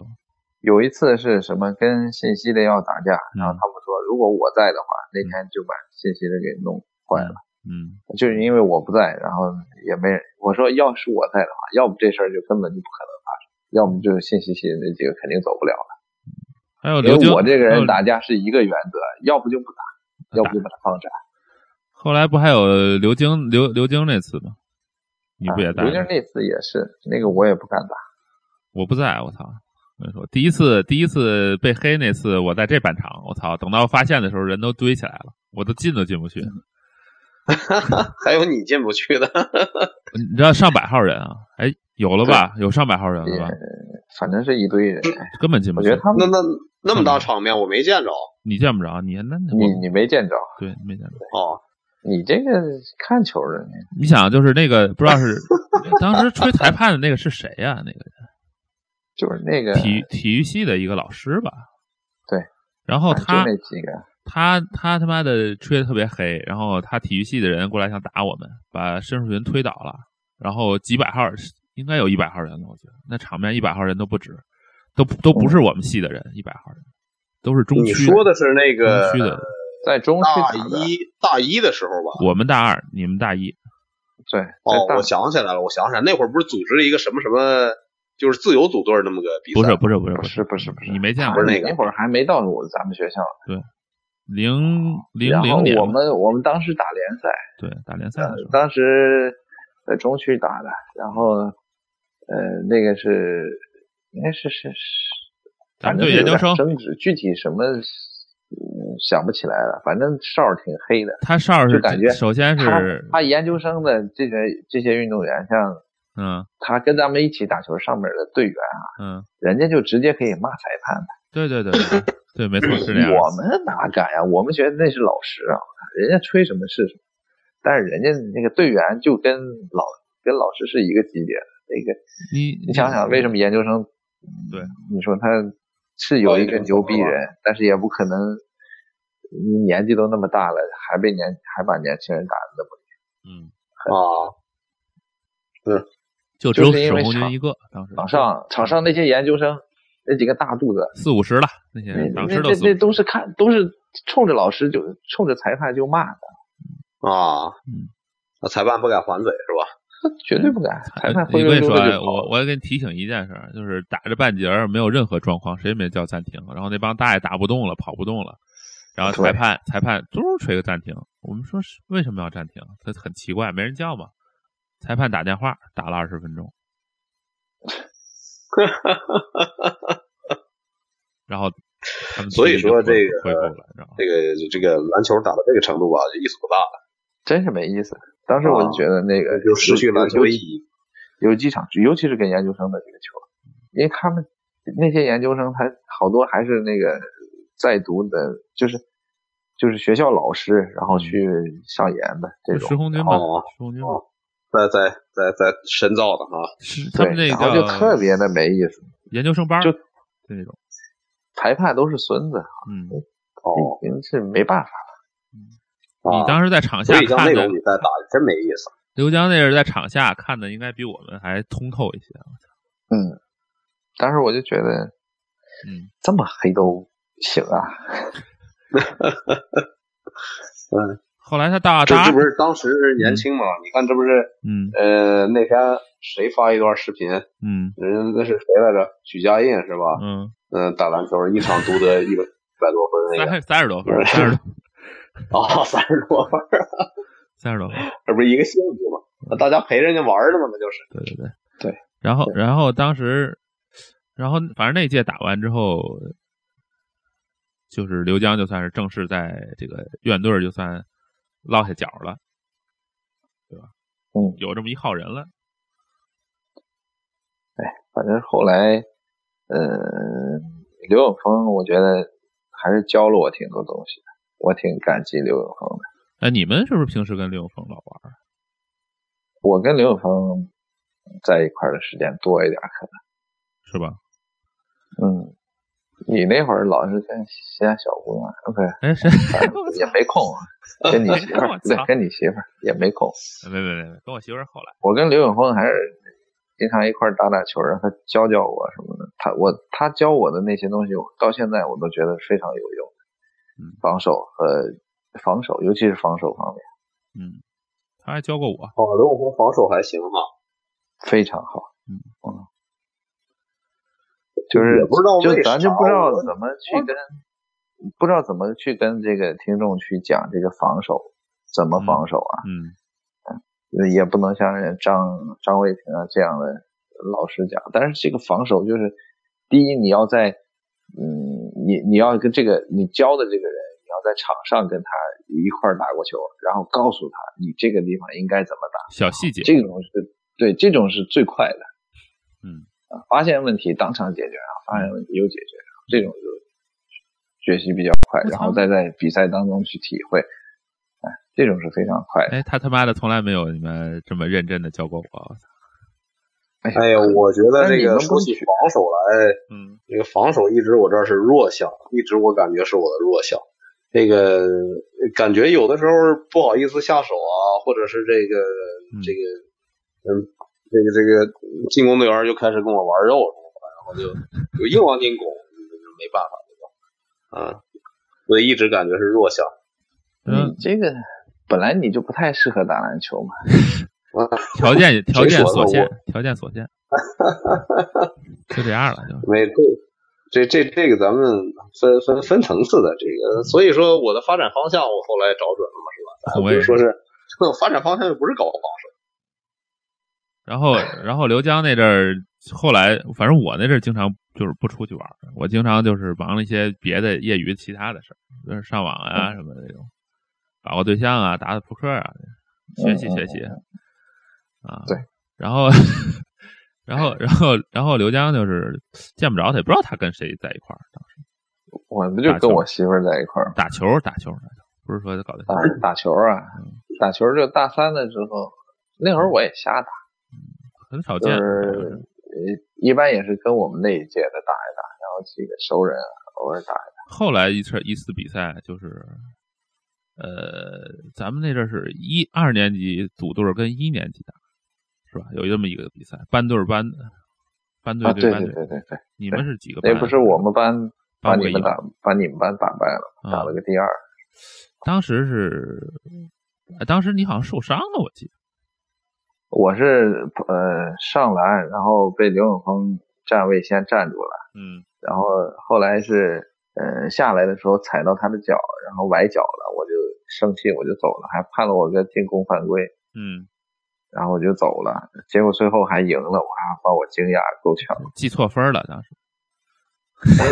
Speaker 3: 有一次是什么跟信息的要打架，然后
Speaker 2: 嗯
Speaker 3: 他们说如果我在的话，那天就把信息的给弄坏了。
Speaker 2: 嗯
Speaker 3: 就是因为我不在，然后也没人。我说，要是我在的话，要不这事儿就根本就不可能发生，要么就是信息系那几个肯定走不了了。
Speaker 2: 还有哦刘
Speaker 3: 因为
Speaker 2: 江，
Speaker 3: 我这个
Speaker 2: 还有
Speaker 3: 人打架是一个原则，要不就不打，要不就把它放着。
Speaker 2: 后来不还有刘晶刘刘晶那次吗？你不也在
Speaker 3: 啊
Speaker 2: 吗？
Speaker 3: 刘静那次也是，那个我也不敢打。
Speaker 2: 我不在，我操！我跟你说，第一次第一次被黑那次，我在这半场，我操！等到发现的时候，人都堆起来了，我都进都
Speaker 3: *laughs*
Speaker 2: 进不去。
Speaker 4: *laughs* 还有你进不去 *laughs* 的，
Speaker 2: 你知道上百号人啊？哎，有了吧？有上百号人
Speaker 3: 也
Speaker 2: 了吧？嗯
Speaker 3: 反正是一堆人，
Speaker 2: 根本进不
Speaker 3: 我
Speaker 2: 去
Speaker 3: 觉得。他
Speaker 4: 那
Speaker 3: 们
Speaker 4: 那那么大场面我没见着
Speaker 2: 你见不着，你那那
Speaker 3: 你
Speaker 2: 我
Speaker 3: 你没见着，
Speaker 2: 对没见着。
Speaker 4: 哦，
Speaker 3: 你这个看球的，你
Speaker 2: 你想，啊就是那个不知
Speaker 3: *laughs*
Speaker 2: 道是当时吹裁判的那个是谁呀、那个
Speaker 3: 就是那个
Speaker 2: 体体育系的一个老师吧？
Speaker 3: 对。
Speaker 2: 然后
Speaker 3: 啊就
Speaker 2: 哦他
Speaker 3: 那几个
Speaker 2: 他他他妈的吹的特别黑，然后他体育系的人过来想打我们，把申树云推倒了，然后几百号应该有一百号人了，我觉得那场面一百号人都不止，都不都不是我们系的人，一百号人都是中区
Speaker 4: 你说的是那个
Speaker 2: 中区的，
Speaker 3: 在中区
Speaker 4: 大
Speaker 3: 打的，
Speaker 4: 一大一的时候吧？
Speaker 2: 我们大二，你们大一，
Speaker 3: 对，在
Speaker 4: 哦，
Speaker 3: 大
Speaker 4: 我想起来了，我想起来那会儿不是组织了一个什么什么，就是自由组队那么个比赛，
Speaker 2: 不是不是不是
Speaker 3: 不是不是不是，
Speaker 2: 你没见
Speaker 3: 啊
Speaker 2: 过
Speaker 4: 不是那个
Speaker 3: 会儿还没到我咱们学校。
Speaker 2: 零零
Speaker 3: 然后
Speaker 2: 零年
Speaker 3: 我们我们当时打联赛，呃
Speaker 2: 对打联赛的时候，
Speaker 3: 当时在中区打的，然后呃那个是应该是是是，
Speaker 2: 咱
Speaker 3: 反正
Speaker 2: 们队
Speaker 3: 是
Speaker 2: 研
Speaker 3: 有点
Speaker 2: 究生，
Speaker 3: 争执，具体什么嗯想不起来了，反正哨儿挺黑的。
Speaker 2: 他哨是
Speaker 3: 就感觉
Speaker 2: 首先
Speaker 3: 他
Speaker 2: 是
Speaker 3: 他研究生的这些这些运动员，像
Speaker 2: 嗯
Speaker 3: 他跟咱们一起打球上面的队员啊，
Speaker 2: 嗯，
Speaker 3: 人家就直接可以骂裁判的。
Speaker 2: 对对对对对，没错是这样的，
Speaker 3: 我们哪敢呀、我们觉得那是老师啊，人家吹什么是什么。但是人家那个队员就跟老跟老师是一个级别的。那个
Speaker 2: 你
Speaker 3: 你想想，为什么研究生？
Speaker 2: 嗯对，
Speaker 3: 你说他是有一个牛逼人，但是也不可能，你年纪都那么大了，还被年还把年轻人打的那么
Speaker 2: 嗯，
Speaker 4: 啊，
Speaker 2: 就只有
Speaker 3: 就是因
Speaker 2: 沈
Speaker 3: 为
Speaker 2: 红军
Speaker 3: 场
Speaker 2: 一个，当时
Speaker 3: 场上场上那些研究生那几个大肚子，
Speaker 2: 四五十了，那些
Speaker 3: 那
Speaker 2: 人
Speaker 3: 那
Speaker 2: 当时都
Speaker 3: 那
Speaker 2: 四五
Speaker 3: 那
Speaker 2: 十
Speaker 3: 都是看都是冲着老师就冲着裁判就骂的，
Speaker 4: 啊
Speaker 2: 嗯，
Speaker 4: 那裁判不敢还嘴是吧？
Speaker 3: 他绝对不敢，裁判灰溜
Speaker 2: 我跟你
Speaker 3: 溜
Speaker 2: 说
Speaker 3: 的
Speaker 2: 啊，
Speaker 3: 就跑
Speaker 2: 我我要给你提醒一件事儿，就是打着半截儿，没有任何状况，谁也没叫暂停，然后那帮大爷打不动了，跑不动了，然后
Speaker 3: 对
Speaker 2: 裁判裁判嘟吹个暂停，我们说是为什么要暂停？他很奇怪，没人叫嘛。裁判打电话打了二十分钟，
Speaker 3: *laughs*
Speaker 2: 然后他们
Speaker 4: 所以说
Speaker 2: 自己
Speaker 4: 这
Speaker 2: 就
Speaker 4: 个
Speaker 2: 恢复了，你知道吗？
Speaker 4: 这个这个篮球打到这个程度吧，就意思不大了，
Speaker 3: 真是没意思。当时我就觉得那个
Speaker 4: 就啊失去篮球
Speaker 3: 有
Speaker 4: 的意
Speaker 3: 有
Speaker 4: 义。
Speaker 3: 有几场，尤其是跟研究生的这个球，因为他们那些研究生，他好多还是那个在读的，就是就是学校老师，然后去上研的这
Speaker 2: 就
Speaker 3: 种。
Speaker 2: 嗯石红军嘛
Speaker 4: 哦，
Speaker 2: 石红军嘛
Speaker 4: 哦在在在在深造的哈。
Speaker 2: 是他
Speaker 3: 对
Speaker 2: 们，那
Speaker 3: 然后
Speaker 2: 个
Speaker 3: 就特别的没意思。
Speaker 2: 研究生班儿
Speaker 3: 就
Speaker 2: 就那种，
Speaker 3: 裁判都是孙子，
Speaker 2: 嗯，
Speaker 4: 哦，
Speaker 3: 已经是没办法。
Speaker 2: 你
Speaker 4: 啊
Speaker 2: 当时在场下
Speaker 4: 所以像
Speaker 2: 看
Speaker 4: 那
Speaker 2: 的
Speaker 4: 种比赛打的真没意思。
Speaker 2: 刘江那是在场下看的，应该比我们还通透一些。
Speaker 3: 嗯，当时我就觉得
Speaker 2: 嗯，
Speaker 3: 这么黑都行啊，
Speaker 4: 嗯，
Speaker 2: 后来他到
Speaker 4: 这
Speaker 2: 大
Speaker 4: 这不是当时年轻嘛？你看这不是
Speaker 2: 嗯
Speaker 4: 呃那天谁发一段视频？
Speaker 2: 嗯
Speaker 4: 人那是谁来着？许家印是吧？
Speaker 2: 嗯，
Speaker 4: 嗯，打篮球一场独得一百百多分那个，
Speaker 2: 三三十多分儿，三十
Speaker 4: *laughs*
Speaker 2: 多
Speaker 4: 哦，三十多分，啊
Speaker 2: 三十多分儿，
Speaker 4: 这不是一个性质嘛？那大家陪人家玩儿的嘛，那就是。
Speaker 2: 对对对
Speaker 3: 对。
Speaker 2: 然后然后当时，然后反正那届打完之后，就是刘江就算是正式在这个院队儿就算落下脚了，对吧？
Speaker 3: 嗯
Speaker 2: 有这么一号人了，
Speaker 3: 反正后来，呃，刘永峰，我觉得还是教了我挺多东西的，我挺感激刘永峰的。
Speaker 2: 哎，你们是不是平时跟刘永峰老玩儿？
Speaker 3: 我跟刘永峰在一块儿的时间多一点，可
Speaker 2: 是吧？
Speaker 3: 能。嗯，你那会儿老是跟谁家小姑娘，
Speaker 2: *laughs*
Speaker 3: 呃不是，
Speaker 2: 哎，谁？
Speaker 3: 反正也没空啊，跟你媳妇
Speaker 2: *laughs* 我
Speaker 3: 儿，
Speaker 2: 操
Speaker 3: 对，跟你媳妇儿也没空。
Speaker 2: 没没没没，跟我媳妇儿后来。
Speaker 3: 我跟刘永峰还是经常一块儿打打球，让他教教我什么的。他我他教我的那些东西，我到现在我都觉得非常有用
Speaker 2: 嗯。
Speaker 3: 防守和防守，尤其是防守方面
Speaker 2: 嗯，他还教过我。
Speaker 4: 哦，刘永峰防守还行哈，
Speaker 3: 非常好。
Speaker 2: 嗯
Speaker 3: 嗯，就是
Speaker 4: 也不知道为
Speaker 3: 就
Speaker 4: 啥
Speaker 3: 咱就不知道
Speaker 4: 我
Speaker 3: 怎么去跟不知道怎么去跟这个听众去讲这个防守怎么防守啊，
Speaker 2: 嗯
Speaker 3: 也不能像人张张卫平啊这样的老师讲。但是这个防守就是，第一你要在，嗯，你你要跟这个你教的这个人，你要在场上跟他一块儿打过球，然后告诉他你这个地方应该怎么打，，
Speaker 2: 小细节。
Speaker 3: 这种是对，这种是最快的。
Speaker 2: 嗯
Speaker 3: 啊，发现问题当场解决啊，发现问题又解决，这种就学习比较快，
Speaker 2: 我操
Speaker 3: 然后再在比赛当中去体会，哎，这种是非常快的。
Speaker 2: 哎，他他妈的从来没有你们这么认真的教过我。我操
Speaker 4: 哎呀，我觉得
Speaker 3: 但
Speaker 4: 这
Speaker 3: 你
Speaker 4: 个
Speaker 3: 们
Speaker 4: 说
Speaker 3: 不
Speaker 4: 起
Speaker 3: 去
Speaker 4: 防守来，
Speaker 2: 嗯
Speaker 4: 这个防守一直我这儿是弱项，一直我感觉是我的弱项。这个感觉有的时候不好意思下手啊，或者是这个
Speaker 2: 嗯
Speaker 4: 这个嗯，这个这个进攻队员就开始跟我玩肉了，然后就就硬往进攻，没办法，对吧？啊，所以一直感觉是弱项。
Speaker 2: 嗯
Speaker 3: 你，这个本来你就不太适合打篮球嘛，
Speaker 2: 条件条件
Speaker 4: 谁说的
Speaker 2: 所限
Speaker 4: 我，
Speaker 2: 条件所
Speaker 4: *laughs*
Speaker 2: 限，就这样了，就
Speaker 4: 没这这这这个咱们分分分层次的这个，所以说我的发展方向我后来找准了嘛，是吧？ *laughs*
Speaker 2: 我
Speaker 4: 就
Speaker 2: 也
Speaker 4: 是说是 *laughs* 发展方向又不是搞防守，
Speaker 2: 然后然后刘江那阵儿，后来反正我那阵儿经常就是不出去玩儿，我经常就是忙了一些别的业余其他的事儿，就是上网
Speaker 3: 嗯
Speaker 2: 啊什么的那种，把握对象啊，打打扑克啊，学习
Speaker 3: 嗯嗯嗯
Speaker 2: 学习啊。
Speaker 3: 对，
Speaker 2: 然后然后然后然后刘江就是见不着他，也不知道他跟谁在一块儿，
Speaker 3: 我不就
Speaker 2: 打球
Speaker 3: 跟我媳妇儿在一块儿
Speaker 2: *laughs*
Speaker 3: 吗
Speaker 2: 打球打球打球，不是说搞对象。
Speaker 3: 打打球啊，打球就大三了之后，那会儿我也瞎打，
Speaker 2: 很少
Speaker 3: 就
Speaker 2: 见。
Speaker 3: 是呃一般也是跟我们那一届的打一打，然后几个熟人啊偶尔打一
Speaker 2: 后来一次一次比赛就是，呃，咱们那阵儿是一二年级组队儿跟一年级打，是吧？有这么一个比赛，班队儿班班
Speaker 3: 打啊，
Speaker 2: 队
Speaker 3: 对
Speaker 2: 班
Speaker 3: 对
Speaker 2: 队，
Speaker 3: 对对对。
Speaker 2: 你们是几个班？
Speaker 3: 那不是我们班把
Speaker 2: 班
Speaker 3: 你们打把你们班打败了，
Speaker 2: 啊
Speaker 3: 打了个第二。
Speaker 2: 当时是，呃当时你好像受伤了，我记得。
Speaker 3: 我是呃上篮，然后被刘永峰站位先站住了，
Speaker 2: 嗯
Speaker 3: 然后后来是呃下来的时候踩到他的脚，然后崴脚了，我就生气我就走了，还判了我个进攻犯规，
Speaker 2: 嗯，
Speaker 3: 然后我就走了。结果最后还赢了，我还把我惊讶够呛。
Speaker 2: 记错分儿了，当时。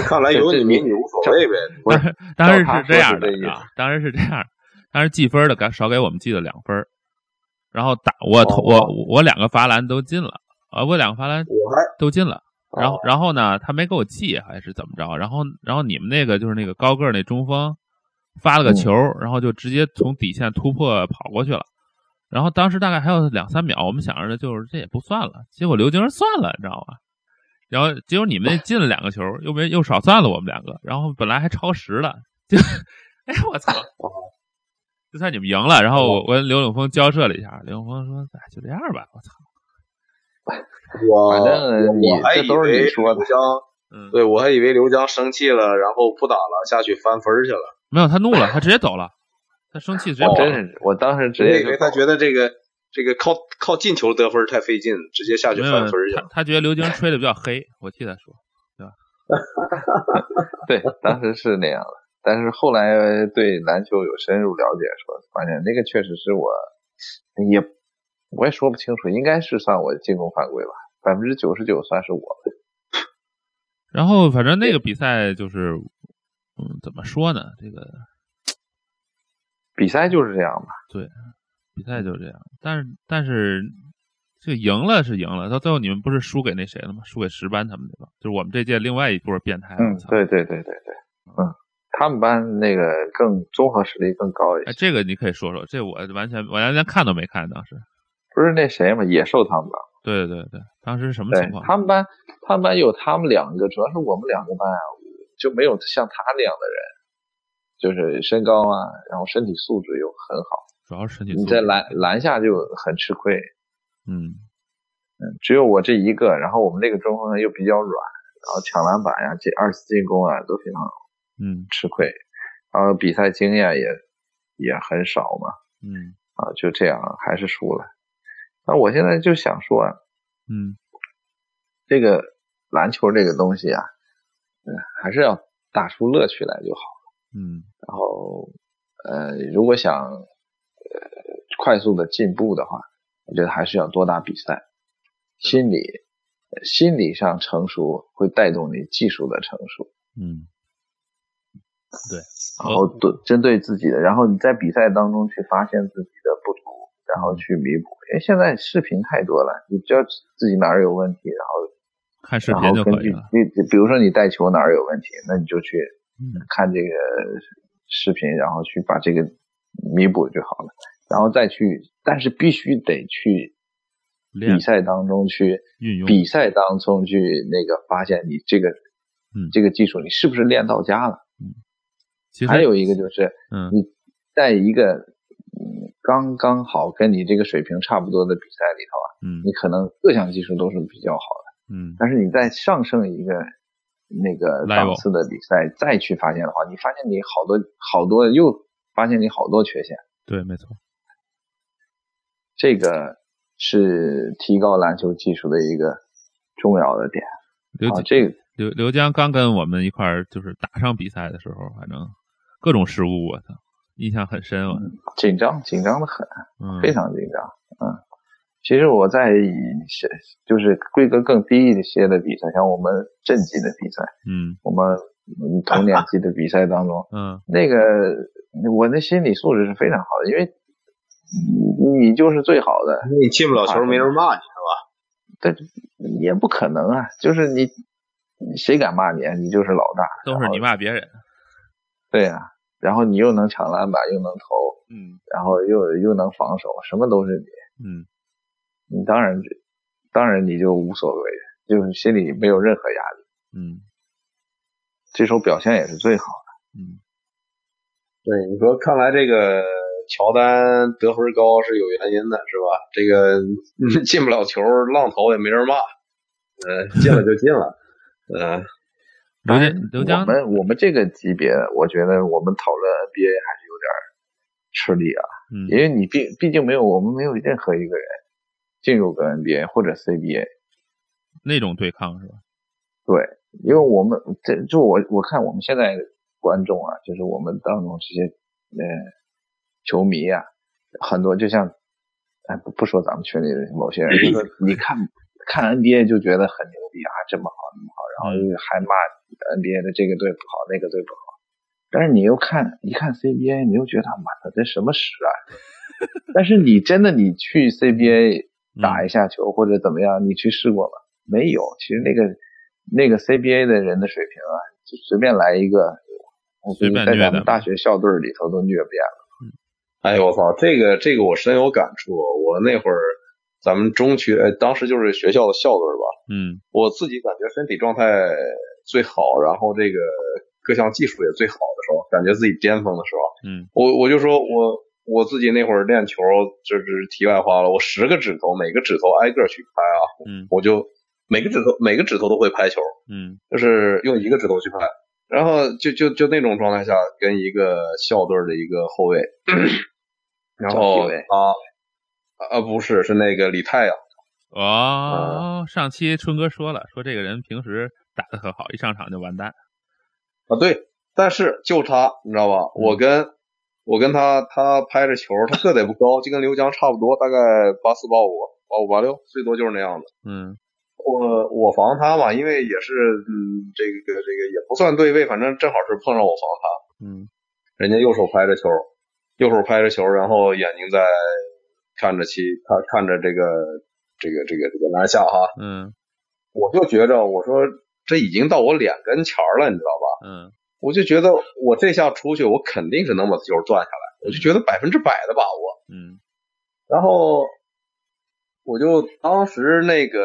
Speaker 4: 看来有你没你无所谓呗。 *laughs*
Speaker 3: 不是
Speaker 2: 当时是这样的
Speaker 3: 照他说是这意思
Speaker 2: 啊，当时是这样的，当时记分的给少给我们记了两分儿，然后打
Speaker 3: 哦
Speaker 2: 我投我我我两个罚篮都进了啊，我两个罚篮
Speaker 4: 我还
Speaker 2: 都进了，然后
Speaker 4: 哦
Speaker 2: 然后呢，他没给我记还是怎么着，然后然后你们那个就是那个高个儿那中锋发了个球，然后就直接从底线突破跑过去了，然后当时大概还有两三秒，我们想着就是这也不算了，结果刘晶儿算了，你知道吗？然后结果你们那进了两个球，又没又少算了我们两个，然后本来还超时了，就 *laughs* 哎我操！就算你们赢了，然后我我跟刘永峰交涉了一下，刘永峰说：“哎，就这样吧。”我操，
Speaker 4: 我
Speaker 3: 反正你
Speaker 4: 哦我还
Speaker 3: 这都是
Speaker 4: 以为
Speaker 3: 你说的
Speaker 4: 刘江
Speaker 2: 嗯，
Speaker 4: 对我还以为刘江生气了，然后不打了，下去翻分儿去了。
Speaker 2: 没有他怒了，他直接走了，他生气直接
Speaker 4: 哦
Speaker 3: 我
Speaker 2: 走
Speaker 3: 真
Speaker 2: 了，
Speaker 3: 是，我当时直
Speaker 4: 我
Speaker 3: 接
Speaker 4: 以
Speaker 3: 就
Speaker 4: 为他觉得这个这个靠靠进球得分太费劲，直接下去
Speaker 2: 没
Speaker 4: 翻
Speaker 2: 有
Speaker 4: 分儿去
Speaker 2: 他
Speaker 4: 了。
Speaker 2: 他觉得刘晶吹的比较黑，我替他说，
Speaker 4: *laughs*
Speaker 3: 对，当时是那样的。但是后来呃对篮球有深入了解说，发现那个确实是我也我也说不清楚，应该是算我进攻犯规吧，百分之九十九算是我的。
Speaker 2: 然后反正那个比赛就是，嗯，怎么说呢？这个
Speaker 3: 比赛就是这样吧，
Speaker 2: 比赛就这样，但是但是这赢了是赢了，到最后你们不是输给那谁了吗？输给石斑他们对吧？就是我们这届另外一波变态。
Speaker 3: 嗯
Speaker 2: 我，操
Speaker 3: 对对对对对，嗯，他们班那个更综合实力更高一些
Speaker 2: 哎，，这个你可以说说，这我完全我连看都没看，当时。
Speaker 3: 不是那谁嘛，野兽他们班。
Speaker 2: 对对对，当时是什么
Speaker 3: 对
Speaker 2: 情况？
Speaker 3: 他们班，他们班有他们两个，主要是我们两个班啊，就没有像他那样的人，就是身高啊，然后身体素质又很好，
Speaker 2: 主要是身体素
Speaker 3: 你
Speaker 2: 质
Speaker 3: 在篮篮下就很吃亏。
Speaker 2: 嗯，
Speaker 3: 嗯，只有我这一个，然后我们那个中锋呢又比较软，然后抢篮板呀、这二次进攻啊都非常
Speaker 2: 嗯
Speaker 3: 吃亏，然后比赛经验也也很少嘛，
Speaker 2: 嗯
Speaker 3: 啊，就这样还是输了。那我现在就想说啊，
Speaker 2: 嗯，
Speaker 3: 这个篮球这个东西啊，嗯，还是要打出乐趣来就好。
Speaker 2: 嗯
Speaker 3: 然后，呃，如果想呃快速的进步的话，我觉得还是要多打比赛，心理呃心理上成熟会带动你技术的成熟，
Speaker 2: 嗯，
Speaker 3: 然后对针对自己的，然后你在比赛当中去发现自己的不足，然后去弥补。因为现在视频太多了，你只要自己哪儿有问题，然后
Speaker 2: 看视
Speaker 3: 然
Speaker 2: 频
Speaker 3: 后
Speaker 2: 就
Speaker 3: 根
Speaker 2: 可以
Speaker 3: 据
Speaker 2: 了。
Speaker 3: 你，比如说你带球哪儿有问题，那你就去
Speaker 2: 嗯
Speaker 3: 看这个视频，然后去把这个弥补就好了。然后再去，但是必须得去
Speaker 2: 练
Speaker 3: 比赛当中去
Speaker 2: 运用
Speaker 3: 比赛当中去那个发现你这个
Speaker 2: 嗯
Speaker 3: 这个技术你是不是练到家了。
Speaker 2: 其实
Speaker 3: 还有一个就是
Speaker 2: 嗯
Speaker 3: 你在一个嗯刚刚好跟你这个水平差不多的比赛里头啊，
Speaker 2: 嗯
Speaker 3: 你可能各项技术都是比较好的。
Speaker 2: 嗯
Speaker 3: 但是你再上升一个那个档
Speaker 2: Level
Speaker 3: 次的比赛再去发现的话，你发现你好多好多又发现你好多缺陷，
Speaker 2: 对，没错。
Speaker 3: 这个是提高篮球技术的一个重要的点
Speaker 2: 刘
Speaker 3: 啊。
Speaker 2: 姐
Speaker 3: 这个
Speaker 2: 刘刘江刚跟我们一块儿就是打上比赛的时候，反正各种失误，我操，印象很深，我操
Speaker 3: 紧张紧张的很，
Speaker 2: 嗯，
Speaker 3: 嗯非常紧张。嗯，其实我在以是就是规格更低一些的比赛，像我们镇级的比赛，
Speaker 2: 嗯
Speaker 3: 我们嗯同年级的比赛当中，
Speaker 2: 嗯
Speaker 3: 那个我的心理素质是非常好的，因为你你就是最好的，
Speaker 4: 你进不了球，没人骂你。
Speaker 3: 但也不可能啊，就是你谁敢骂你，啊？你就是老大，
Speaker 2: 都是你骂别人，
Speaker 3: 对呀、然后你又能抢篮板，又能投，
Speaker 2: 嗯
Speaker 3: 然后又又能防守，什么都是你，
Speaker 2: 嗯
Speaker 3: 你当然当然你就无所谓，就是心里没有任何压力，
Speaker 2: 嗯
Speaker 3: 这时候表现也是最好的。
Speaker 2: 嗯，
Speaker 4: 对，你说看来这个乔丹得分高是有原因的，是吧？这个嗯 *laughs* 进不了球，浪投也没人骂，呃，进了就进了，呃，
Speaker 2: 刘
Speaker 3: 当
Speaker 2: 江
Speaker 3: 然
Speaker 2: 刘江
Speaker 3: 我们我们这个级别，我觉得我们讨论 NBA 还是有点吃力啊。
Speaker 2: 嗯
Speaker 3: 因为你毕毕竟没有我们没有任何一个人进入过 NBA 或者 CBA，
Speaker 2: 那种对抗是吧？
Speaker 3: 对，因为我们这就我我看我们现在观众啊，就是我们当中这些呃球迷啊，很多就像哎不不说咱们群里的某些人，就是你看看 NBA 就觉得很牛逼啊，这么好那么好，然后又还骂 NBA 的这个队不好那个队不好，但是你又看一看 CBA，你又觉得妈的这什么屎啊！
Speaker 2: *laughs*
Speaker 3: 但是你真的你去 CBA
Speaker 2: 嗯
Speaker 3: 打一下球或者怎么样，你去试过吗？没有。其实那个那个 CBA 的人的水平啊，就随便来一个，我估
Speaker 2: 随
Speaker 3: 计
Speaker 2: 便
Speaker 3: 在
Speaker 2: 虐
Speaker 3: 咱
Speaker 2: 的
Speaker 3: 们大学校队里头都虐遍了。
Speaker 4: 哎呦我操，这个这个我深有感触。啊我那会儿咱们中学，呃当时就是学校的校队吧，
Speaker 2: 嗯
Speaker 4: 我自己感觉身体状态最好，然后这个各项技术也最好的时候，感觉自己巅峰的时候，
Speaker 2: 嗯，
Speaker 4: 我我就说我我自己那会儿练球，这这是题外话了。我十个指头，每个指头挨个去拍啊，
Speaker 2: 嗯
Speaker 4: 我就每个指头每个指头都会拍球，
Speaker 2: 嗯
Speaker 4: 就是用一个指头去拍。然后就就就那种状态下，跟一个校队的一个后卫，然后
Speaker 3: 叫地位
Speaker 4: 啊啊不是是那个李啊太阳，
Speaker 3: 呃
Speaker 2: 哦，上期春哥说了，说这个人平时打的很好，一上场就完蛋。
Speaker 4: 啊，对，但是就他，你知道吧？我跟我跟他，他拍着球，他个子也不高，就跟刘江差不多，大概八四八五、八五八六，最多就是那样子。
Speaker 2: 嗯
Speaker 4: 我我防他嘛，因为也是嗯，这个这个也不算对位，反正正好是碰上我防他，
Speaker 2: 嗯
Speaker 4: 人家右手拍着球，右手拍着球，然后眼睛在看着其他看着这个这个这个这个篮下哈，
Speaker 2: 嗯
Speaker 4: 我就觉着我说这已经到我脸跟前儿了，你知道吧？
Speaker 2: 嗯
Speaker 4: 我就觉得我这下出去，我肯定是能把球赚下来，我就觉得百分之百的把握。
Speaker 2: 嗯
Speaker 4: 然后我就当时那个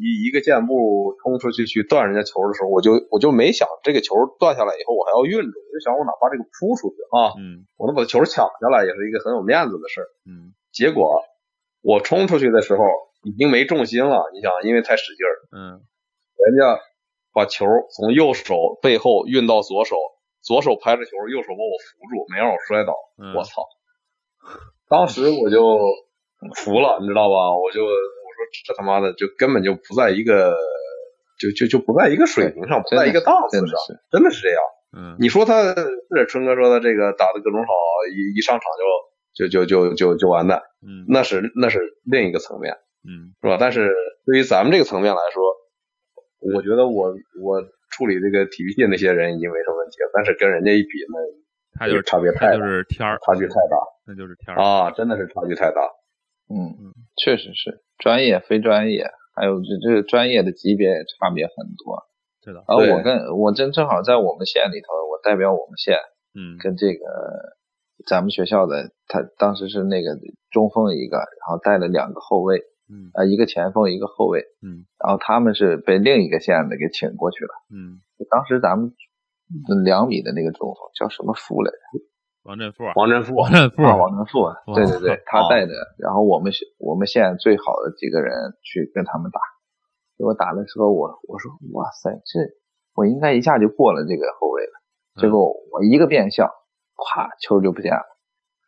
Speaker 4: 以一个箭步冲出去去断人家球的时候，我就我就没想这个球断下来以后我还要运住，我就想我哪怕这个扑出去啊，
Speaker 2: 嗯
Speaker 4: 我能把球抢下来也是一个很有面子的事儿。
Speaker 2: 嗯
Speaker 4: 结果我冲出去的时候已经没重心了，你想，因为太使劲儿了。
Speaker 2: 嗯
Speaker 4: 人家把球从右手背后运到左手，左手拍着球，右手把我扶住，没让我摔倒。
Speaker 2: 嗯，
Speaker 4: 我操！当时我就服了，你知道吧？我就我说这他妈的就根本就不在一个就就就不在一个水平上，不在一个档啊次
Speaker 3: 真的
Speaker 4: 上，
Speaker 3: 是
Speaker 4: 真的是这样。
Speaker 2: 嗯
Speaker 4: 你说他是春哥说的这个打的各种好，一一上场就就就就就就完蛋，
Speaker 2: 嗯
Speaker 4: 那是那是另一个层面。
Speaker 2: 嗯
Speaker 4: 是吧？但是对于咱们这个层面来说，我觉得我我处理这个体育界那些人已经没什么问题了，但是跟人家一比呢，
Speaker 2: 他就是
Speaker 4: 差别
Speaker 2: 他
Speaker 4: 太大
Speaker 2: 就是天儿，
Speaker 4: 差距太大
Speaker 2: 那就是天儿。
Speaker 4: 啊，真的是差距太大。
Speaker 2: 嗯
Speaker 3: 嗯，确实是专业非专业，还有这这个专业的级别也差别很多。
Speaker 2: 对的
Speaker 3: 然后
Speaker 4: 对
Speaker 3: 我跟我正正好在我们县里头，我代表我们县
Speaker 2: 嗯
Speaker 3: 跟这个咱们学校的，他当时是那个中锋一个，然后带了两个后卫，
Speaker 2: 嗯
Speaker 3: 呃，一个前锋，一个后卫，
Speaker 2: 嗯
Speaker 3: 然后他们是被另一个县的给请过去了。
Speaker 2: 嗯，
Speaker 3: 当时咱们两米的那个中锋叫什么富来着？
Speaker 2: 王振富，
Speaker 4: 王振富，
Speaker 2: 王振富，
Speaker 3: 啊，王正富啊，对对对，他
Speaker 4: 哦
Speaker 3: 带的。然后我们学我们县最好的几个人去跟他们打，结果打的时候我我说哇塞，这我应该一下就过了这个后卫了。
Speaker 2: 嗯
Speaker 3: 结果我一个变向，咵球就不见了，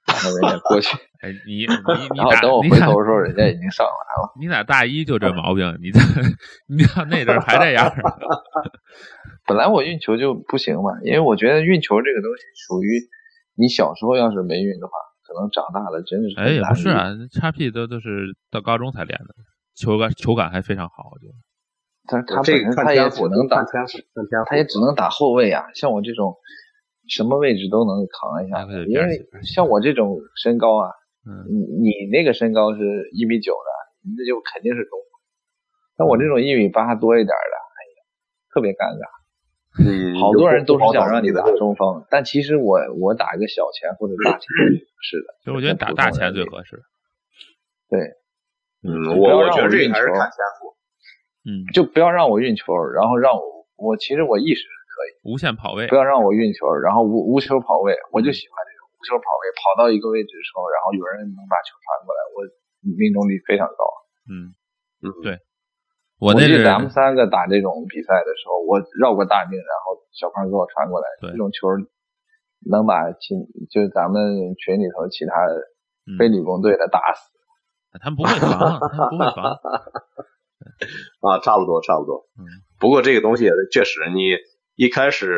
Speaker 3: 然后人家过去，
Speaker 2: 哎，你你 *laughs* 你
Speaker 3: 然后
Speaker 2: 打
Speaker 3: 啊等我
Speaker 2: 你
Speaker 3: 回
Speaker 2: 打
Speaker 3: 头的时候，人家已经上来了。
Speaker 2: 你咋大一就这毛病？你咋你咋那阵儿还这样儿？
Speaker 3: 本来我运球就不行嘛，因为我觉得运球这个东西属于你小时候要是没运的话，可能长大了真是
Speaker 2: 哎，
Speaker 3: 很
Speaker 2: 也
Speaker 3: 难
Speaker 2: 不是
Speaker 3: 运
Speaker 2: 啊，叉 P 都都是到高中才练的，球感球感还非常好，我觉得。
Speaker 3: 但是他
Speaker 4: 这
Speaker 3: 本
Speaker 4: 个
Speaker 3: 身
Speaker 4: 看
Speaker 3: 他也
Speaker 4: 天
Speaker 3: 只
Speaker 4: 赋，
Speaker 3: 能打
Speaker 4: 看天赋，看天赋。
Speaker 3: 他也只能打后卫啊，像我这种什么位置都能扛一下
Speaker 2: 哎对
Speaker 3: 的，
Speaker 2: 边
Speaker 3: 因
Speaker 2: 儿
Speaker 3: 为
Speaker 2: 起边儿起
Speaker 3: 像我这种身高啊，
Speaker 2: 嗯
Speaker 3: 你你那个身高是一米九的，那就肯定是中锋。像我这种一米八多一点的，哎呀，特别尴尬。
Speaker 4: 嗯
Speaker 3: 好多人都是想让你打
Speaker 4: 的。
Speaker 3: 中锋，但其实我我打个小前或者大前是的。
Speaker 2: 其实我觉得你打大前最合适。
Speaker 4: 嗯，
Speaker 3: 不
Speaker 4: 我
Speaker 3: 要
Speaker 4: 我
Speaker 3: 让
Speaker 4: 觉
Speaker 3: 我
Speaker 4: 得这
Speaker 3: 运
Speaker 4: 个还是
Speaker 3: 球
Speaker 4: 看天赋。
Speaker 2: 嗯，
Speaker 3: 就不要让我运球，然后让我我其实我意识
Speaker 2: 无限跑位
Speaker 3: 不。要让我运球，然后无无球跑位，我就喜欢这种无球跑位，跑到一个位置的时候，然后有人能把球传过来，我命中率非常高。
Speaker 2: 嗯，
Speaker 4: 嗯，
Speaker 2: 对我那
Speaker 3: 记
Speaker 2: 是
Speaker 3: 得咱们三个打这种比赛的时候，我绕过大命，然后小胖给我传过来，
Speaker 2: 对
Speaker 3: 这种球能把其就是咱们群里头其他非
Speaker 2: 嗯，
Speaker 3: 理工队的打死。
Speaker 2: 他们不会防，他们不会防。
Speaker 4: 啊，差不多差不多。
Speaker 2: 嗯
Speaker 4: 不过这个东西也是确实，你一开始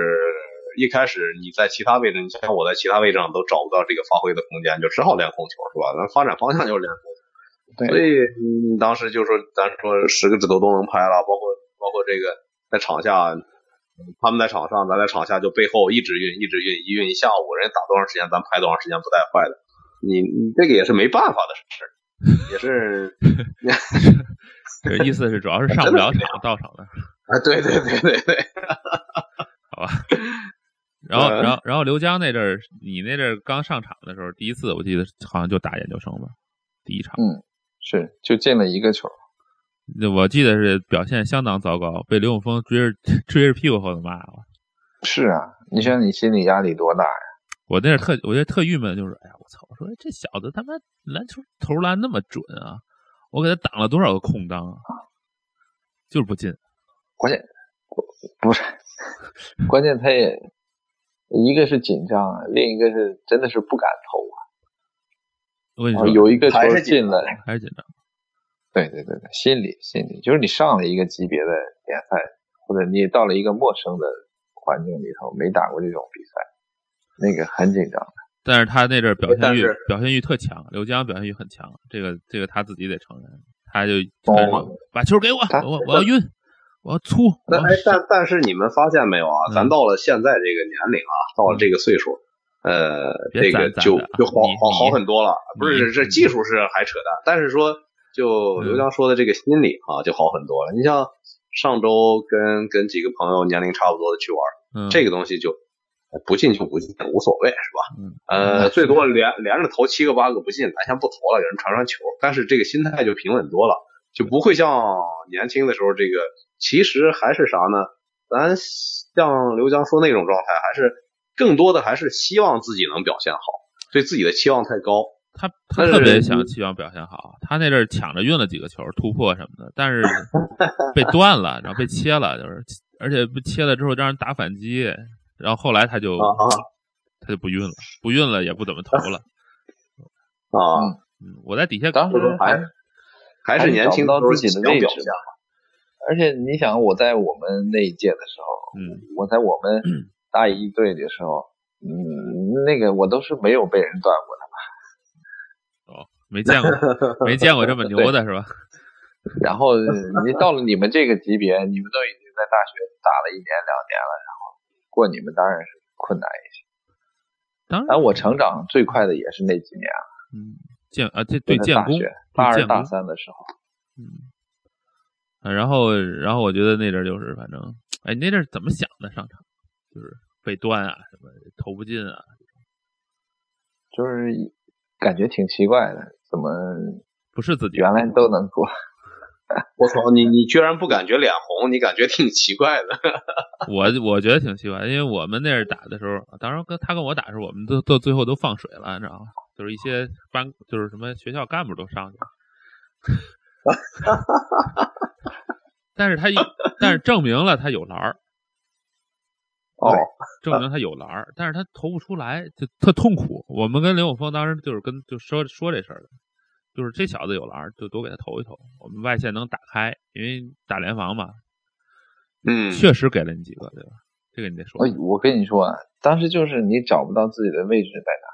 Speaker 4: 一开始你在其他位置，你像我在其他位置上都找不到这个发挥的空间，就只好练控球，是吧？咱发展方向就是练控球。
Speaker 3: 对
Speaker 4: 所以嗯当时就说，咱说十个指头都能拍了，包括包括这个在场下，嗯他们在场上，咱在场下就背后一直运，一直运，一运一下午，人家打多长时间，咱拍多长时间，不带坏的。你你这个也是没办法的事儿，也是
Speaker 2: 对，意思是主要是上不了场，到
Speaker 4: 哎
Speaker 2: 场的。
Speaker 4: 啊，对对对对对，
Speaker 2: 然后，
Speaker 4: 嗯
Speaker 2: 然后，然然后刘江那阵儿，你那阵儿刚上场的时候，第一次我记得好像就打研究生吧，第一场，
Speaker 3: 嗯是就进了一个球，
Speaker 2: 那我记得是表现相当糟糕，被刘永峰追着 *laughs* 追着屁股后头骂我。
Speaker 3: 是啊，你想你心理压力多大呀？
Speaker 2: 我那阵儿特，我觉得特郁闷，就是哎呀，我操！我说这小子他妈篮球投篮那么准啊，我给他挡了多少个空当啊，就是不进。
Speaker 3: 关键不是，关键他也一个是紧张，啊，另一个是真的是不敢投
Speaker 2: 我跟你
Speaker 3: 啊。
Speaker 2: 说，
Speaker 3: 有一个球
Speaker 4: 还是紧
Speaker 3: 进了，
Speaker 2: 还是紧张。
Speaker 3: 对对对对，心理心理就是你上了一个级别的联赛，或者你到了一个陌生的环境里头，没打过这种比赛，那个很紧张的。
Speaker 2: 但是他那阵儿表现
Speaker 4: 但
Speaker 2: 欲
Speaker 4: 是
Speaker 2: 表现欲特强，刘江表现欲很强，这个这个他自己得承认，他就
Speaker 3: 哦
Speaker 2: 他说把球给我
Speaker 3: 他，
Speaker 2: 我我要晕，我要粗，我
Speaker 4: 那
Speaker 2: 要
Speaker 4: 哎，但但是你们发现没有
Speaker 2: 嗯
Speaker 4: 啊？咱到了现在这个年龄啊，到了这个岁数，呃，
Speaker 2: 别
Speaker 4: 这
Speaker 2: 攒
Speaker 4: 个
Speaker 2: 攒
Speaker 4: 就
Speaker 2: 着啊
Speaker 4: 就好
Speaker 2: 你
Speaker 4: 好好
Speaker 2: 你
Speaker 4: 很多了。不
Speaker 2: 你
Speaker 4: 是这技术是还扯淡，但是说就
Speaker 2: 嗯
Speaker 4: 刘江说的这个心理啊，就好很多了。你像上周跟跟几个朋友年龄差不多的去玩，
Speaker 2: 嗯
Speaker 4: 这个东西就不进就不进，无所谓是吧？
Speaker 2: 嗯
Speaker 4: 呃，最多连连着投七个八个不进，篮下不投了，给人传传球，但是这个心态就平稳多了，就不会像年轻的时候这个，其实还是啥呢？咱像刘江说那种状态，还是更多的还是希望自己能表现好，对自己的期望太高。
Speaker 2: 他他
Speaker 4: 但是
Speaker 2: 特别想期望表现好，他那阵儿抢着运了几个球，突破什么的，但是被断了，然后被切了，就是而且被切了之后让人打反击，然后后来他就、
Speaker 3: 嗯
Speaker 4: 啊啊
Speaker 2: 他就不运了，不运了也不怎么投了。
Speaker 4: 啊！
Speaker 2: 嗯，我在底下
Speaker 3: 当时还是
Speaker 4: 还是年轻
Speaker 3: 还是找不到
Speaker 4: 时候
Speaker 3: 自己的
Speaker 4: 想
Speaker 3: 位置
Speaker 4: 表现
Speaker 3: 嘛。而且你想，我在我们那一届的时候，
Speaker 2: 嗯
Speaker 3: 我在我们大一队的时候，嗯，那个我都是没有被人断过的。
Speaker 2: 没见过没见过这么牛的是吧？
Speaker 3: 然后你到了你们这个级别，你们都已经在大学打了一年两年了，然后过你们当然是困难一些。
Speaker 2: 当然
Speaker 3: 但，我成长最快的也是那几年了，
Speaker 2: 嗯，建啊这对
Speaker 3: 就是
Speaker 2: 建
Speaker 3: 大
Speaker 2: 功
Speaker 3: 学，大
Speaker 2: 对建
Speaker 3: 二
Speaker 2: 功
Speaker 3: 大三的时候，
Speaker 2: 嗯，啊然后然后我觉得那阵儿就是反正，哎，你那阵儿怎么想的上场？就是被断啊，什么投不进啊，
Speaker 3: 就是感觉挺奇怪的，怎么
Speaker 2: 不是自己
Speaker 3: 原来都能
Speaker 2: *laughs*
Speaker 3: 过？
Speaker 4: 我操，你你居然不感觉脸红，你感觉挺奇怪的。
Speaker 2: 我我觉得挺奇怪，因为我们那儿打的时候，当时跟他跟我打的时候，我们都都最后都放水了，你知道吗？就是一些班，就是什么学校干部都上去了。 *laughs* 但是他
Speaker 3: *laughs*
Speaker 2: 一，但是证明了他有篮儿，
Speaker 3: 哦，
Speaker 2: 证明他有篮儿，但是他投不出来，就特痛苦。我们跟刘永峰当时就是跟就说说这事儿的，就是这小子有篮儿，就多给他投一投。我们外线能打开，因为打联防嘛，
Speaker 4: 嗯，
Speaker 2: 确实给了你几个，对吧？这个你得说
Speaker 3: 我。我跟你说啊，当时就是你找不到自己的位置在哪，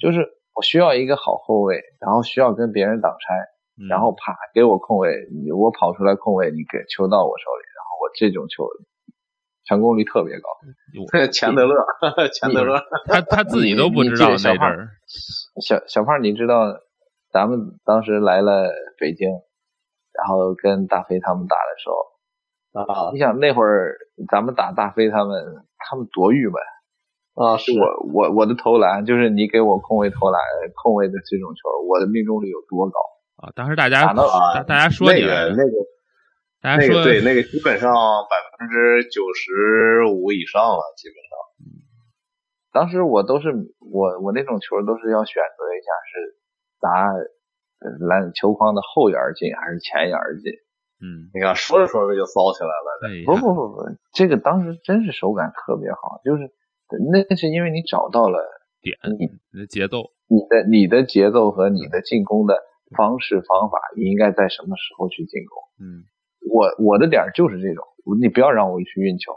Speaker 3: 就是我需要一个好后卫，然后需要跟别人挡拆，
Speaker 2: 嗯
Speaker 3: 然后啪给我空位，你我跑出来空位，你给球到我手里，然后我这种球成功率特别高。
Speaker 2: 我
Speaker 4: *laughs* 钱德勒，
Speaker 3: 嗯
Speaker 4: 钱德勒，
Speaker 2: 他他自己都不知道那阵儿，
Speaker 3: 小小胖，你知道咱们当时来了北京，然后跟大飞他们打的时候，
Speaker 4: 啊
Speaker 3: 你想那会儿咱们打大飞他们，他们多郁闷。
Speaker 4: 啊，是
Speaker 3: 我我我的投篮就是你给我空位投篮，空位的这种球，我的命中率有多高？
Speaker 2: 啊，当时大家
Speaker 3: 打到
Speaker 2: 大大家说
Speaker 4: 那
Speaker 2: 你
Speaker 4: 个
Speaker 2: 来着，
Speaker 4: 那个
Speaker 2: 大家
Speaker 4: 那
Speaker 2: 说
Speaker 4: 个对，那个基本上百分之九十五以上了，基本上。
Speaker 3: 当时我都是我我那种球都是要选择一下是砸呃篮球框的后沿进还是前沿进。
Speaker 2: 嗯，
Speaker 4: 你看，说着说着就骚起来了。
Speaker 2: 哎呀
Speaker 3: 不不不不，这个当时真是手感特别好，就是那那是因为你找到了
Speaker 2: 点
Speaker 3: 你
Speaker 2: 你的节奏，
Speaker 3: 你的你的节奏和你的进攻的方式方法，你应该在什么时候去进攻。
Speaker 2: 嗯
Speaker 3: 我我的点儿就是这种，你不要让我去运球，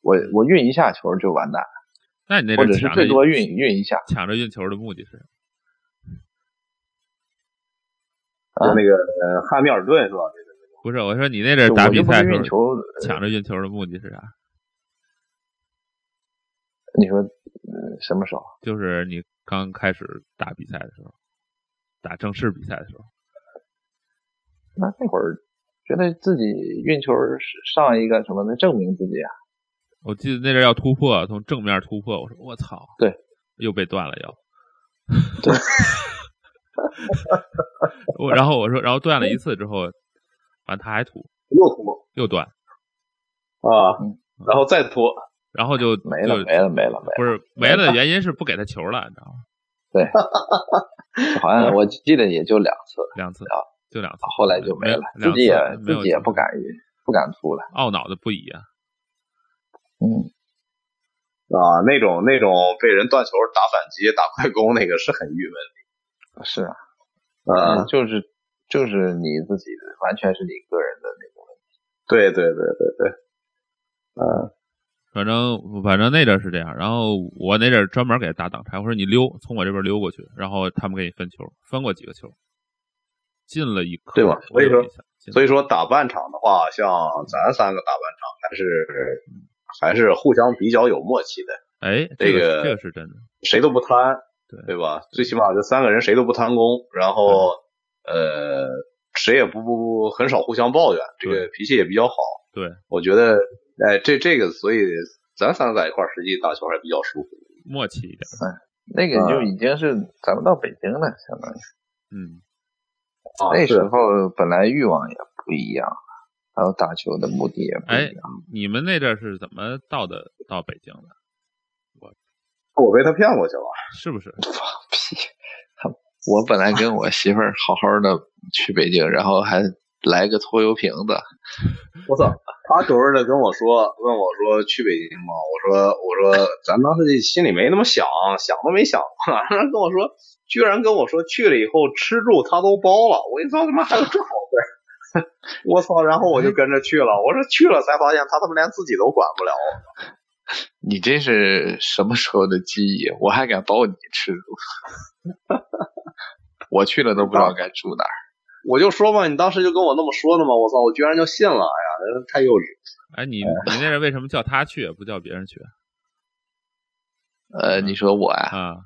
Speaker 3: 我我运一下球就完蛋，
Speaker 2: 那你那
Speaker 3: 或者
Speaker 2: 阵儿
Speaker 3: 是
Speaker 2: 抢着
Speaker 3: 最多运运一下。
Speaker 2: 抢着运球的目的是，
Speaker 3: 啊
Speaker 4: 就那个呃汉密尔顿是吧？
Speaker 2: 不是我说你那阵
Speaker 3: 就
Speaker 2: 儿打
Speaker 3: 我
Speaker 2: 比
Speaker 3: 就不
Speaker 2: 赛
Speaker 3: 是
Speaker 2: 的
Speaker 3: 运
Speaker 2: 时候
Speaker 3: 球，
Speaker 2: 抢着运球的目的是啥？
Speaker 3: 你说、呃什么时候？
Speaker 2: 就是你刚开始打比赛的时候，打正式比赛的时候，
Speaker 3: 那那会儿觉得自己运球是上一个什么的，证明自己啊。
Speaker 2: 我记得那阵儿要突破，从正面突破，我说我操，
Speaker 3: 对，
Speaker 2: 又被断了又。
Speaker 3: 对，
Speaker 2: *laughs* 我然后我说，然后断了一次之后，完他还吐，
Speaker 4: 又拖
Speaker 2: 又断，
Speaker 4: 啊
Speaker 3: 嗯，
Speaker 4: 然后再拖，
Speaker 2: 然后就
Speaker 3: 没了
Speaker 2: 就
Speaker 3: 没了没了没了，
Speaker 2: 不是没了的原因是不给他球了，你知道吗？
Speaker 3: 好像我记得也就两次，
Speaker 2: 两次
Speaker 3: 啊，
Speaker 2: 就两次，
Speaker 3: 后来就没了，
Speaker 2: 没
Speaker 3: 自
Speaker 2: 有
Speaker 3: 己也
Speaker 2: 两次没有
Speaker 3: 自己也
Speaker 2: 球
Speaker 3: 不敢不敢出了，
Speaker 2: 懊恼的不已啊。
Speaker 3: 嗯，
Speaker 4: 啊，那种那种被人断球打反击、打快攻，那个是很郁闷
Speaker 3: 是啊，
Speaker 2: 嗯
Speaker 4: 的啊。
Speaker 3: 就是就是你自己的，完全是你个人的那个，
Speaker 4: 对对对对对，嗯，
Speaker 2: 反正反正那阵儿是这样，然后我那阵儿专门给他打挡拆，我说你溜，从我这边溜过去，然后他们给你分球，分过几个球，进了一颗，
Speaker 4: 对吧
Speaker 2: 我
Speaker 4: 所以
Speaker 2: 有
Speaker 4: 说
Speaker 2: 印象，进了
Speaker 4: 所以说打半场的话，像咱三个打半场还是还是互相比较有默契的，
Speaker 2: 哎，
Speaker 4: 这
Speaker 2: 个
Speaker 4: 个
Speaker 2: 这个是真的，
Speaker 4: 谁都不贪，
Speaker 2: 对
Speaker 4: 对吧？最起码这三个人谁都不贪功，然后呃，谁也不不不很少互相抱怨，这
Speaker 2: 对
Speaker 4: 个脾气也比较好。
Speaker 2: 对，
Speaker 4: 我觉得哎，这这个所以咱三个在一块儿实际打球还比较舒服。
Speaker 2: 默契一点，
Speaker 3: 那个就
Speaker 4: 啊
Speaker 3: 已经是咱们到北京了，相当于。
Speaker 2: 嗯，哦
Speaker 4: 啊
Speaker 2: 哎
Speaker 3: 那
Speaker 4: 是
Speaker 3: 时候本来欲望也不一样，还有打球的目的也不
Speaker 2: 哎
Speaker 3: 一样。，
Speaker 2: 你们那阵儿是怎么到的到北京的？
Speaker 4: 我被他骗过去了。
Speaker 2: 是不是？
Speaker 3: 屁！我本来跟我媳妇儿好好的去北京，然后还来个拖油瓶子， *laughs*
Speaker 4: 我操！他主日的跟我说，问我说去北京吗？我说我说咱当时心里没那么想，想都没想嘛。 *laughs* 然后跟我说，居然跟我说去了以后吃住他都包了。我一操他妈还有这好事！ *laughs* 我操！然后我就跟着去了。我说去了才发现他他妈连自己都管不了。
Speaker 3: 你这是什么时候的记忆？我还敢包你吃住？我去了都不知道该住哪儿。
Speaker 4: 我就说嘛，你当时就跟我那么说的嘛。我操！我居然就信了。哎呀，太幼稚。
Speaker 2: 哎，你你那阵儿为什么叫他去，不叫别人去
Speaker 3: 呃，你说我呀、
Speaker 2: 啊？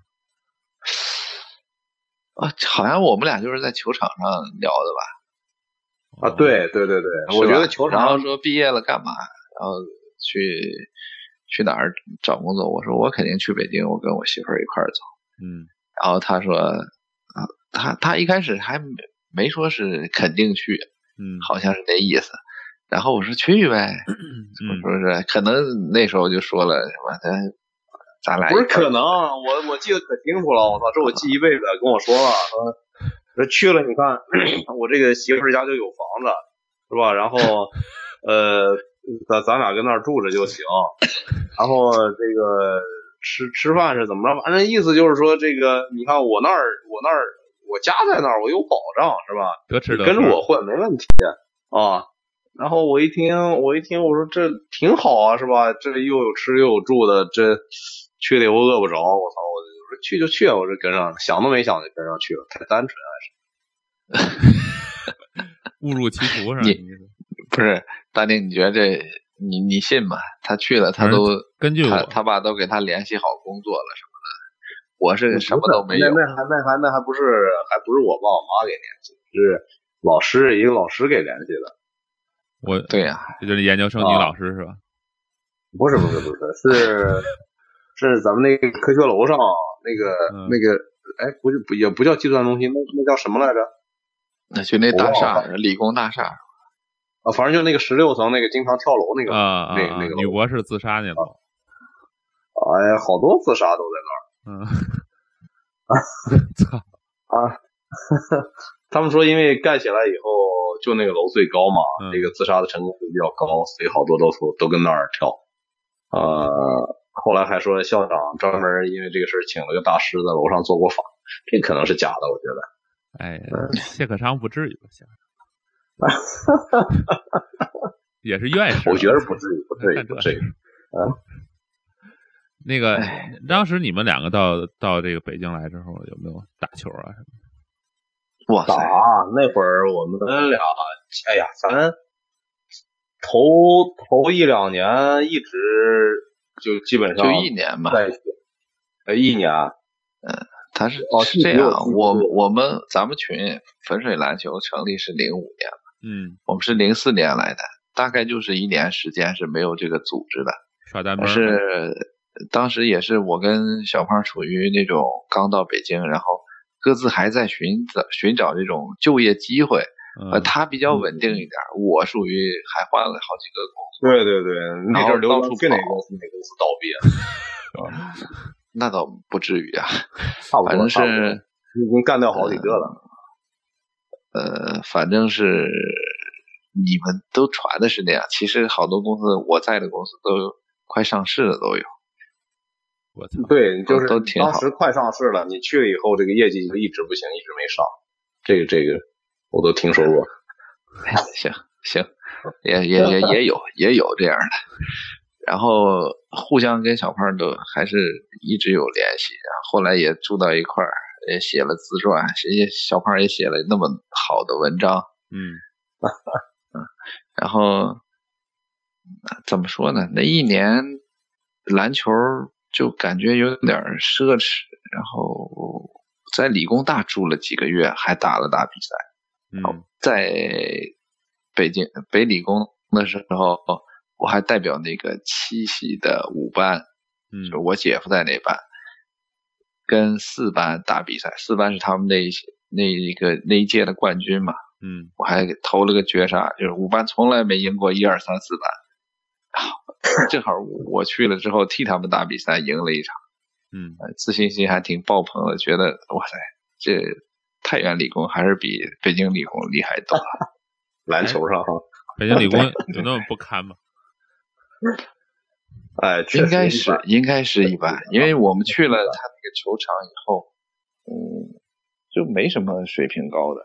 Speaker 3: 啊，好像我们俩就是在球场上聊的吧？
Speaker 4: 啊，
Speaker 2: 哦
Speaker 4: 对对对对，我
Speaker 3: 是吧
Speaker 4: 觉得球
Speaker 3: 然后
Speaker 4: 场
Speaker 3: 说毕业了干嘛，然后去去哪儿找工作？我说我肯定去北京，我跟我媳妇儿一块儿走。
Speaker 2: 嗯，
Speaker 3: 然后他说，啊，他他一开始还没没说是肯定去，
Speaker 2: 嗯
Speaker 3: 好像是那意思。然后我说去呗，我
Speaker 2: 嗯，
Speaker 3: 说是可能那时候就说了什么，咱咱俩
Speaker 4: 不是
Speaker 3: 一块儿
Speaker 4: 可能，我我记得可清楚了，我操，这我记一辈子，跟我说了，说说去了，你看 *clears throat* 我这个媳妇儿家就有房子，是吧？然后呃，咱咱俩跟那儿住着就行，然后这个吃吃饭是怎么着？反正意思就是说，这个你看我那儿我那儿我家在那儿，我有保障，是吧？
Speaker 2: 得吃
Speaker 4: 你
Speaker 2: 得
Speaker 4: 跟着
Speaker 2: 喝
Speaker 4: 我混没问题啊。然后我一听，我一听，我说这挺好啊，是吧？这又有吃又有住的，这去了以后饿不着，我操！我就说去就去，啊我就跟上了，想都没想就跟上去了，太单纯了。
Speaker 2: 误入歧途是吧？
Speaker 3: 你
Speaker 2: 你是
Speaker 3: 不是大丁，你觉得这你你信吗？他去了，他
Speaker 2: 反正
Speaker 3: 都
Speaker 2: 根据
Speaker 3: 他
Speaker 2: 我
Speaker 3: 他爸都给他联系好工作了什么的，我是什么都没有。
Speaker 4: 那那还那还那还不是还不是我爸我妈给联系，是老师一个老师给联系的。
Speaker 2: 我
Speaker 3: 对呀、
Speaker 2: 这就是研究生女
Speaker 4: 啊
Speaker 2: 老师是吧？
Speaker 4: 不是不是不是，是是咱们那个科学楼上那个、
Speaker 2: 嗯
Speaker 4: 那个，哎，不是不也不叫计算中心，那那叫什么来着？
Speaker 3: 那就那大厦，理工大厦，
Speaker 4: 啊，反正就那个十六层那个经常跳楼那个，
Speaker 2: 啊啊
Speaker 4: 那
Speaker 2: 啊
Speaker 4: 那个！啊
Speaker 2: 女博士自杀那楼，
Speaker 4: 哎呀，好多自杀都在
Speaker 2: 嗯，操，
Speaker 4: 那儿啊。他们说，因为盖起来以后，就那个楼最高嘛，
Speaker 2: 嗯
Speaker 4: 这个自杀的成功率比较高，所以好多都从都跟那儿跳。呃，后来还说校长专门因为这个事儿请了个大师在楼上做过法，这可能是假的，我觉得。
Speaker 2: 哎，
Speaker 3: 嗯
Speaker 2: 谢可昌不至于
Speaker 3: *laughs*
Speaker 2: 吧？谢可昌也是院士啊，
Speaker 4: 我觉得不至于，不至于，
Speaker 2: 看这
Speaker 4: 不至于。 *laughs*
Speaker 2: 那个
Speaker 3: 哎，
Speaker 2: 当时你们两个到到这个北京来之后，有没有打球啊？什么的？
Speaker 3: 哇
Speaker 4: 打
Speaker 3: 塞！
Speaker 4: 啊那会儿我们俩，哎呀，咱头头一两年一直就基本上
Speaker 3: 就一年吧，
Speaker 4: 在呃一年，
Speaker 3: 啊他是
Speaker 4: 哦
Speaker 3: 是这样，
Speaker 4: 是
Speaker 3: 我我们咱们群粉水篮球成立是零五年，
Speaker 2: 嗯
Speaker 3: 我们是零四年来的，大概就是一年时间是没有这个组织的，
Speaker 2: 刷单
Speaker 3: 但
Speaker 2: 门儿
Speaker 3: 是当时也是我跟小胖处于那种刚到北京，然后各自还在寻找寻找这种就业机会。呃，
Speaker 2: 嗯
Speaker 3: 他比较稳定一点，我属于还换了好几个工作，
Speaker 4: 对对对，那阵儿刘
Speaker 3: 到
Speaker 4: 刚
Speaker 3: 处
Speaker 4: 去哪
Speaker 3: 跑
Speaker 4: 个公司哪个公司倒闭了，
Speaker 3: 那倒不至于啊，
Speaker 4: 差不
Speaker 3: 反正
Speaker 4: 多，差不多
Speaker 3: 是
Speaker 4: 已经干掉好几个了。
Speaker 3: 呃，反正是你们都传的是那样，其实好多公司我在的公司都快上市了都有。
Speaker 2: 我操，
Speaker 4: 对，就是
Speaker 3: 嗯都挺好
Speaker 4: 当时快上市了，你去了以后，这个业绩就一直不行，一直没上。这个这个我都听说过。
Speaker 3: *laughs* 行行，也也也也有也有这样的，然后互相跟小胖都还是一直有联系，然后后来也住到一块儿，也写了自传，也小胖也写了那么好的文章，
Speaker 2: 嗯，
Speaker 3: 然后呃怎么说呢？那一年篮球就感觉有点儿奢侈，然后在理工大住了几个月，还打了打比赛。
Speaker 2: 嗯，
Speaker 3: 在北京北理工的时候，我还代表那个七系的五班，
Speaker 2: 嗯
Speaker 3: 就是我姐夫在那班，跟四班打比赛，四班是他们那一些那一个那一届的冠军嘛，
Speaker 2: 嗯，
Speaker 3: 我还投了个绝杀，就是五班从来没赢过一二三四班。啊正好我去了之后替他们打比赛，赢了一场，
Speaker 2: 嗯，
Speaker 3: 呃自信心还挺爆棚的，觉得哇塞，这太原理工还是比北京理工厉害多了。
Speaker 4: 篮球上哈，
Speaker 2: 北京理
Speaker 3: *laughs*
Speaker 2: 工有那么不堪吗？
Speaker 4: 哎，确实
Speaker 3: 应该
Speaker 4: 一
Speaker 3: 是
Speaker 4: 般
Speaker 3: 应该是一
Speaker 4: 一
Speaker 3: 般
Speaker 4: 般，
Speaker 3: 因为我们去了他那个球场以后，嗯，就没什么水平高的，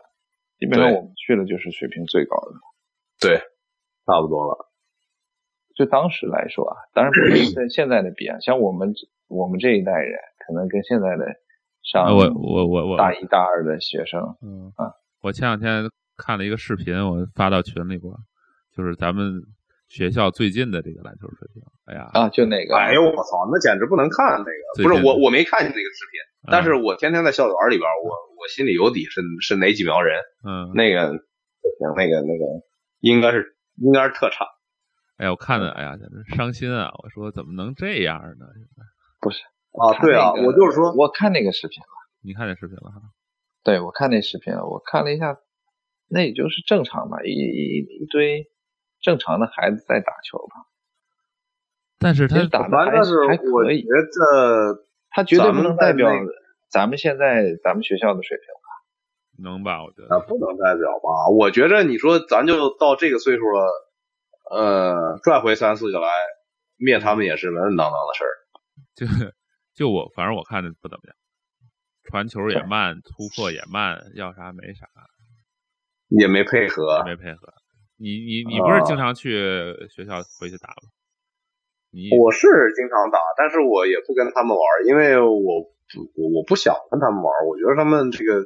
Speaker 3: 基本上
Speaker 4: 对
Speaker 3: 我们去了就是水平最高的。
Speaker 4: 差不多了。
Speaker 3: 就当时来说啊，当然不是跟现在的比啊，像我们我们这一代人，可能跟现在的上
Speaker 2: 啊我我我我
Speaker 3: 大一大二的学生，
Speaker 2: 嗯
Speaker 3: 啊，
Speaker 2: 我前两天看了一个视频，我发到群里过，就是咱们学校最近的这个篮球水平。哎呀，
Speaker 3: 啊，就那个，
Speaker 4: 哎呦我操，那简直不能看那个！
Speaker 2: 最
Speaker 4: 不
Speaker 2: 近
Speaker 4: 是我我没看你那个视
Speaker 2: 嗯
Speaker 4: 频，但是我天天在校园里边，我我心里有底是是哪几苗人。
Speaker 2: 嗯，
Speaker 4: 那个不行，那个那个应该是应该是特差。
Speaker 2: 哎呀，我看的，
Speaker 4: 嗯
Speaker 2: 哎呀，简直伤心啊！我说怎么能这样呢？
Speaker 4: 啊，对啊，
Speaker 3: 看那个
Speaker 4: 我就是说，
Speaker 3: 我看那个视频了，
Speaker 2: 你看这视频了哈？
Speaker 3: 对我看那视频了，我看了一下，那也就是正常吧，一一一堆正常的孩子在打球吧。
Speaker 2: 但是他
Speaker 3: 其实打的
Speaker 4: 反
Speaker 3: 还
Speaker 4: 正是
Speaker 3: 还
Speaker 4: 我
Speaker 3: 可
Speaker 4: 觉
Speaker 3: 以，
Speaker 4: 得
Speaker 3: 他绝对不能代表
Speaker 4: 咱们在
Speaker 3: 咱们现在咱们学校的水平。
Speaker 2: 能吧？我觉得，
Speaker 4: 啊不能代表吧。我觉着你说咱就到这个岁数了，呃，拽回三四个来灭他们也是稳稳当当的事儿。
Speaker 2: 就就我反正我看的不怎么样，传球也慢，突破也慢，要啥没啥，
Speaker 4: 也没配合，
Speaker 2: 没配合。你你你不是
Speaker 4: 啊
Speaker 2: 经常去学校回去打吗？你
Speaker 3: 嗯
Speaker 4: 我是经常打，但是我也不跟他们玩，因为我我我不想跟他们玩，我觉得他们这个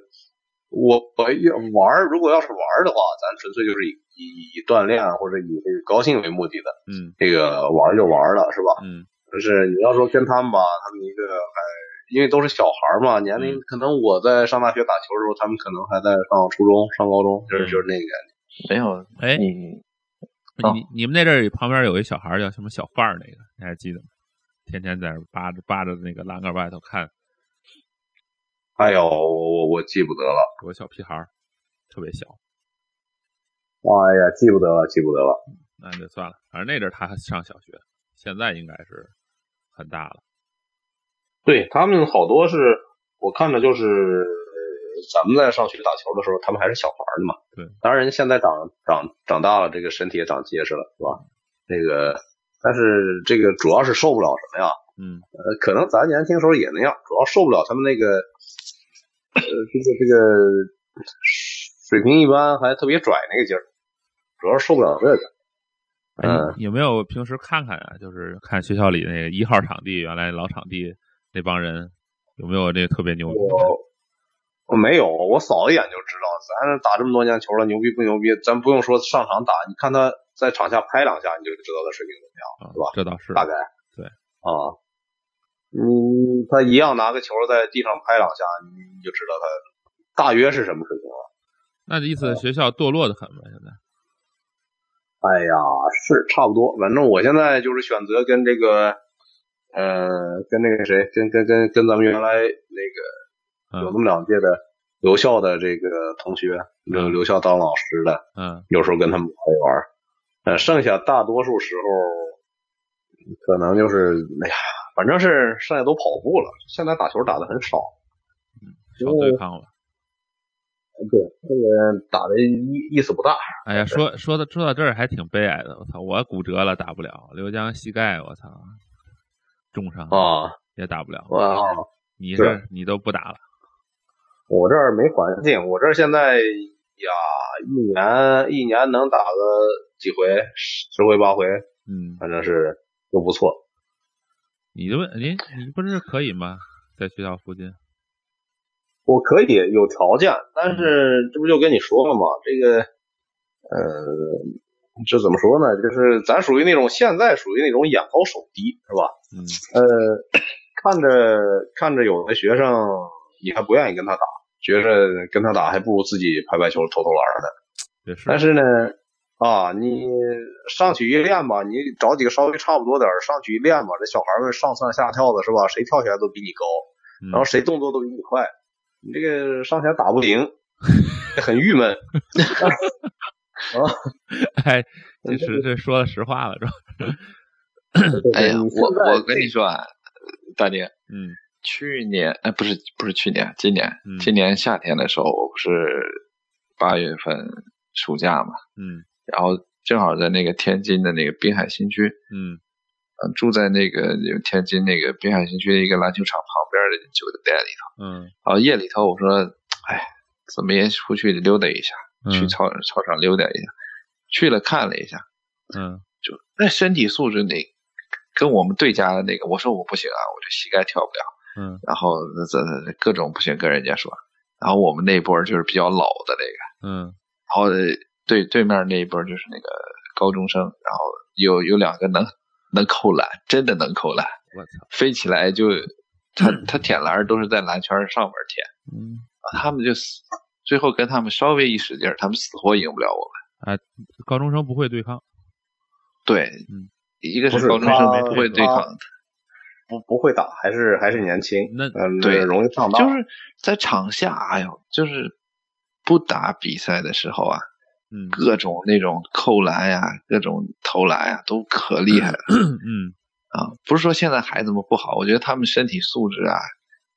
Speaker 4: 我我要玩，如果要是玩的话，咱纯粹就是以以以锻炼或者以这个高兴为目的的，
Speaker 2: 嗯
Speaker 4: 这个玩就玩了，是吧？
Speaker 2: 嗯
Speaker 4: 就是你要说跟他们吧，他们一个还因为都是小孩儿嘛，年龄可能我在上大学打球的时候，他们可能还在上初中、上高中，就是
Speaker 2: 嗯
Speaker 4: 就是那个感觉。
Speaker 3: 没有，
Speaker 2: 哎
Speaker 3: 你哦
Speaker 2: 你你们那阵儿旁边有一小孩儿叫什么小范儿那个，你还记得吗？天天在那儿扒着扒着那个栏杆外头看，
Speaker 4: 哎呦，我我记不得了，
Speaker 2: 有个小屁孩儿，特别小，
Speaker 4: 哎呀，记不得了，记不得了。
Speaker 2: 那就算了。反正那阵儿他还上小学，现在应该是很大了。
Speaker 4: 对他们好多是我看着就是呃咱们在上学打球的时候，他们还是小孩儿呢嘛。
Speaker 2: 对，
Speaker 4: 当然人家现在长长长大了，这个身体也长结实了，是吧？那个，但是这个主要是受不了什么呀？
Speaker 2: 嗯，
Speaker 4: 呃，可能咱年轻时候也那样，主要受不了他们那个，呃，这个这个水平一般，还特别拽那个劲儿，主要是受不了这个。
Speaker 2: 哎
Speaker 4: 嗯
Speaker 2: 你有没有平时看看啊？就是看学校里那个一号场地，原来老场地那帮人有没有这个特别牛逼的？
Speaker 4: 呃我我没有，我扫一眼就知道，咱打这么多年球了，牛逼不牛逼？咱不用说上场打，你看他在场下拍两下，你就知道他水平怎么样，
Speaker 2: 啊
Speaker 4: 是吧
Speaker 2: 这倒是，
Speaker 4: 大概。
Speaker 2: 对。
Speaker 4: 啊，嗯，他一样拿个球在地上拍两下，你就知道他大约是什么水平了。
Speaker 2: 那意思学校堕落的很呗？现在
Speaker 4: 哎呀，是差不多。反正我现在就是选择跟这个，呃，跟那个谁，跟跟跟跟咱们原来
Speaker 2: 嗯
Speaker 4: 那个有那么两届的留校的这个同学，留留校当老师的，
Speaker 2: 嗯
Speaker 4: 有时候跟他们玩一玩。呃，剩下大多数时候，可能就是哎呀，反正是剩下都跑步了。现在打球打的很少，
Speaker 2: 嗯少
Speaker 4: 嗯
Speaker 2: 对抗了。
Speaker 4: 对这个打的意意思不大。
Speaker 2: 哎呀，说说到说到这儿还挺悲哀的，我操，我骨折了打不了，刘江膝盖我操重伤
Speaker 4: 啊，
Speaker 2: 也打不了，
Speaker 4: 我啊，
Speaker 2: 你
Speaker 4: 对
Speaker 2: 是你都不打了，
Speaker 4: 我这儿没环境，我这儿现在呀，一年一年能打个几回，十十回八回，
Speaker 2: 嗯，
Speaker 4: 反正是都不错。
Speaker 2: 你就问您你不是可以吗？在学校附近，
Speaker 4: 我可以有条件，但是这不就跟你说了吗？这个，呃，这怎么说呢？就是咱属于那种现在属于那种眼高手低，是吧？
Speaker 2: 嗯
Speaker 4: 呃，看着看着有的学生你还不愿意跟他打，觉着跟他打还不如自己拍拍球、投投篮呢。
Speaker 2: 也是，
Speaker 4: 但是呢，啊，你上去一练吧，你找几个稍微差不多点儿上去一练吧，这小孩们上蹿下跳的是吧？谁跳起来都比你高，
Speaker 2: 嗯
Speaker 4: 然后谁动作都比你快，你这个上起来打不赢，很郁闷。
Speaker 2: 哎，其实这说了实话了是吧？
Speaker 3: 哎呀，
Speaker 4: 你现
Speaker 3: 我
Speaker 4: 在
Speaker 3: 我跟你说啊，大宁，
Speaker 2: 嗯
Speaker 3: 去年哎，不是不是去年，今年
Speaker 2: 嗯，
Speaker 3: 今年夏天的时候，我不是八月份暑假嘛，
Speaker 2: 嗯
Speaker 3: 然后正好在那个天津的那个滨海新区，
Speaker 2: 嗯
Speaker 3: 呃住在那个天津那个滨海新区的一个篮球场旁边的酒店里头。
Speaker 2: 嗯
Speaker 3: 然后夜里头，我说，哎，怎么也出去溜达一下，
Speaker 2: 嗯，
Speaker 3: 去操操场溜达一下。去了看了一下，
Speaker 2: 嗯
Speaker 3: 就那身体素质那跟我们对家的那个，我说我不行啊，我这膝盖跳不了。
Speaker 2: 嗯
Speaker 3: 然后这这各种不行跟人家说。然后我们那一波就是比较老的那个，
Speaker 2: 嗯
Speaker 3: 然后呃对对面那一波就是那个高中生，然后有有两个能能扣篮，真的能扣篮，
Speaker 2: 我操，
Speaker 3: 飞起来就
Speaker 4: *clears throat*
Speaker 3: 他他舔篮儿都是在篮圈上面舔，
Speaker 2: 嗯
Speaker 3: 他们就死最后跟他们稍微一使劲儿，他们死活赢不了我们。
Speaker 2: 高中生不会对抗，
Speaker 3: 对，
Speaker 2: 嗯
Speaker 3: 一个
Speaker 4: 不是
Speaker 3: 高中
Speaker 4: 他
Speaker 3: 生不会对
Speaker 4: 他
Speaker 3: 抗，
Speaker 4: 不不会打，还是还是年轻，
Speaker 2: 那
Speaker 4: 嗯，
Speaker 3: 对
Speaker 4: 容易上当。
Speaker 3: 就是在场下，哎呦，就是不打比赛的时候啊，
Speaker 2: 嗯
Speaker 3: 各种那种扣篮呀、各种投篮呀、都可厉害了
Speaker 2: 嗯
Speaker 3: 啊！不是说现在孩子们不好，我觉得他们身体素质啊，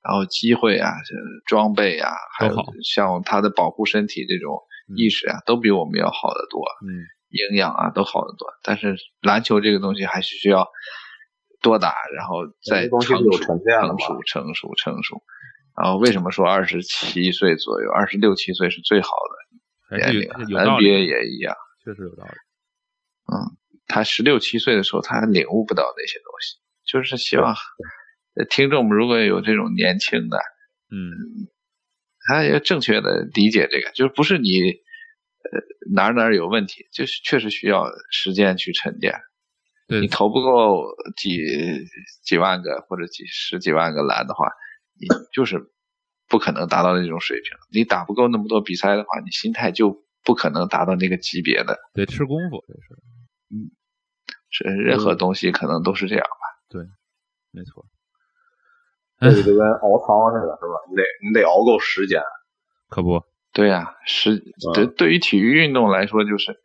Speaker 3: 然后机会啊、这装备啊，还有
Speaker 2: 都好
Speaker 3: 像他的保护身体这种
Speaker 2: 嗯
Speaker 3: 意识啊，都比我们要好得多，
Speaker 2: 嗯
Speaker 3: 营养啊都好得多。但是篮球这个东西还是需要多打，然后再
Speaker 4: 这东
Speaker 3: 成
Speaker 4: 西是有
Speaker 3: 熟、
Speaker 4: 成见的嘛
Speaker 3: 成熟、成熟、成熟。然后为什么说二十七岁左右、二十六七岁是最好的年
Speaker 2: 哎这
Speaker 3: 龄
Speaker 2: 有
Speaker 3: 啊
Speaker 2: 这有道理
Speaker 3: ？NBA 也一样。
Speaker 2: 确实有道理，
Speaker 3: 他十六七岁的时候，他还领悟不到那些东西。就是希望呃听众们如果有这种年轻的，
Speaker 2: 嗯
Speaker 3: 他也正确的理解这个，就是不是你呃哪儿哪儿有问题，就是确实需要时间去沉淀。
Speaker 2: 对
Speaker 3: 你投不够几几万个或者几十几万个篮的话，你就是不可能达到那种水平。你打不够那么多比赛的话，你心态就不可能达到那个级别的。
Speaker 2: 得吃功夫这是
Speaker 3: 是任何
Speaker 4: 嗯
Speaker 3: 东西可能都是这样。
Speaker 2: 没错，哎
Speaker 4: 这个就跟熬汤似的，是吧？你得你得熬够时间。
Speaker 2: 可不，
Speaker 3: 对呀、时对对于体育运动来说，就是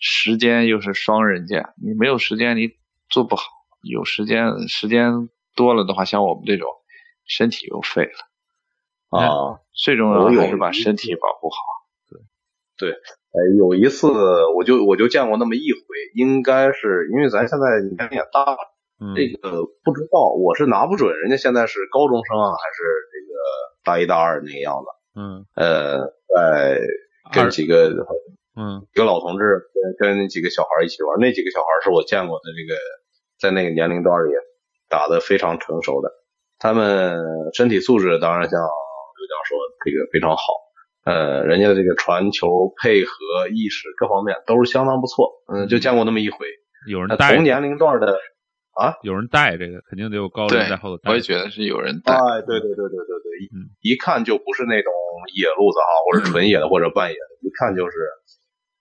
Speaker 3: 时间又是双刃剑。你没有时间，你做不好；有时间，时间多了的话，像我们这种，身体又废了。
Speaker 4: 啊，
Speaker 3: 最重要
Speaker 4: 我
Speaker 3: 的
Speaker 4: 有
Speaker 3: 还是把身体保护好。
Speaker 4: 哎，有一次我就我就见过那么一回，应该是因为咱现在年龄也大了，
Speaker 2: 嗯
Speaker 4: 这个呃不知道，我是拿不准人家现在是高中生啊，还是这个大一大二那个样子。
Speaker 2: 嗯
Speaker 4: 呃，在
Speaker 2: 二
Speaker 4: 跟几个
Speaker 2: 嗯
Speaker 4: 几个老同志跟跟几个小孩一起玩，那几个小孩是我见过的这个在那个年龄段里打得非常成熟的，他们身体素质当然像刘江说的这个非常好，呃，人家的这个传球配合意识各方面都是相当不错，嗯、就见过那么一回。
Speaker 2: 有人
Speaker 4: 那
Speaker 2: 带
Speaker 4: 同年龄段的，
Speaker 2: 有人带这个，肯定得有高人
Speaker 3: 对
Speaker 2: 在后头，带。
Speaker 3: 我也觉得是有人带。
Speaker 4: 哎，对对对对对对，
Speaker 2: 嗯
Speaker 4: 一一看就不是那种野路子啊，或者纯野的或者半野的，一看就是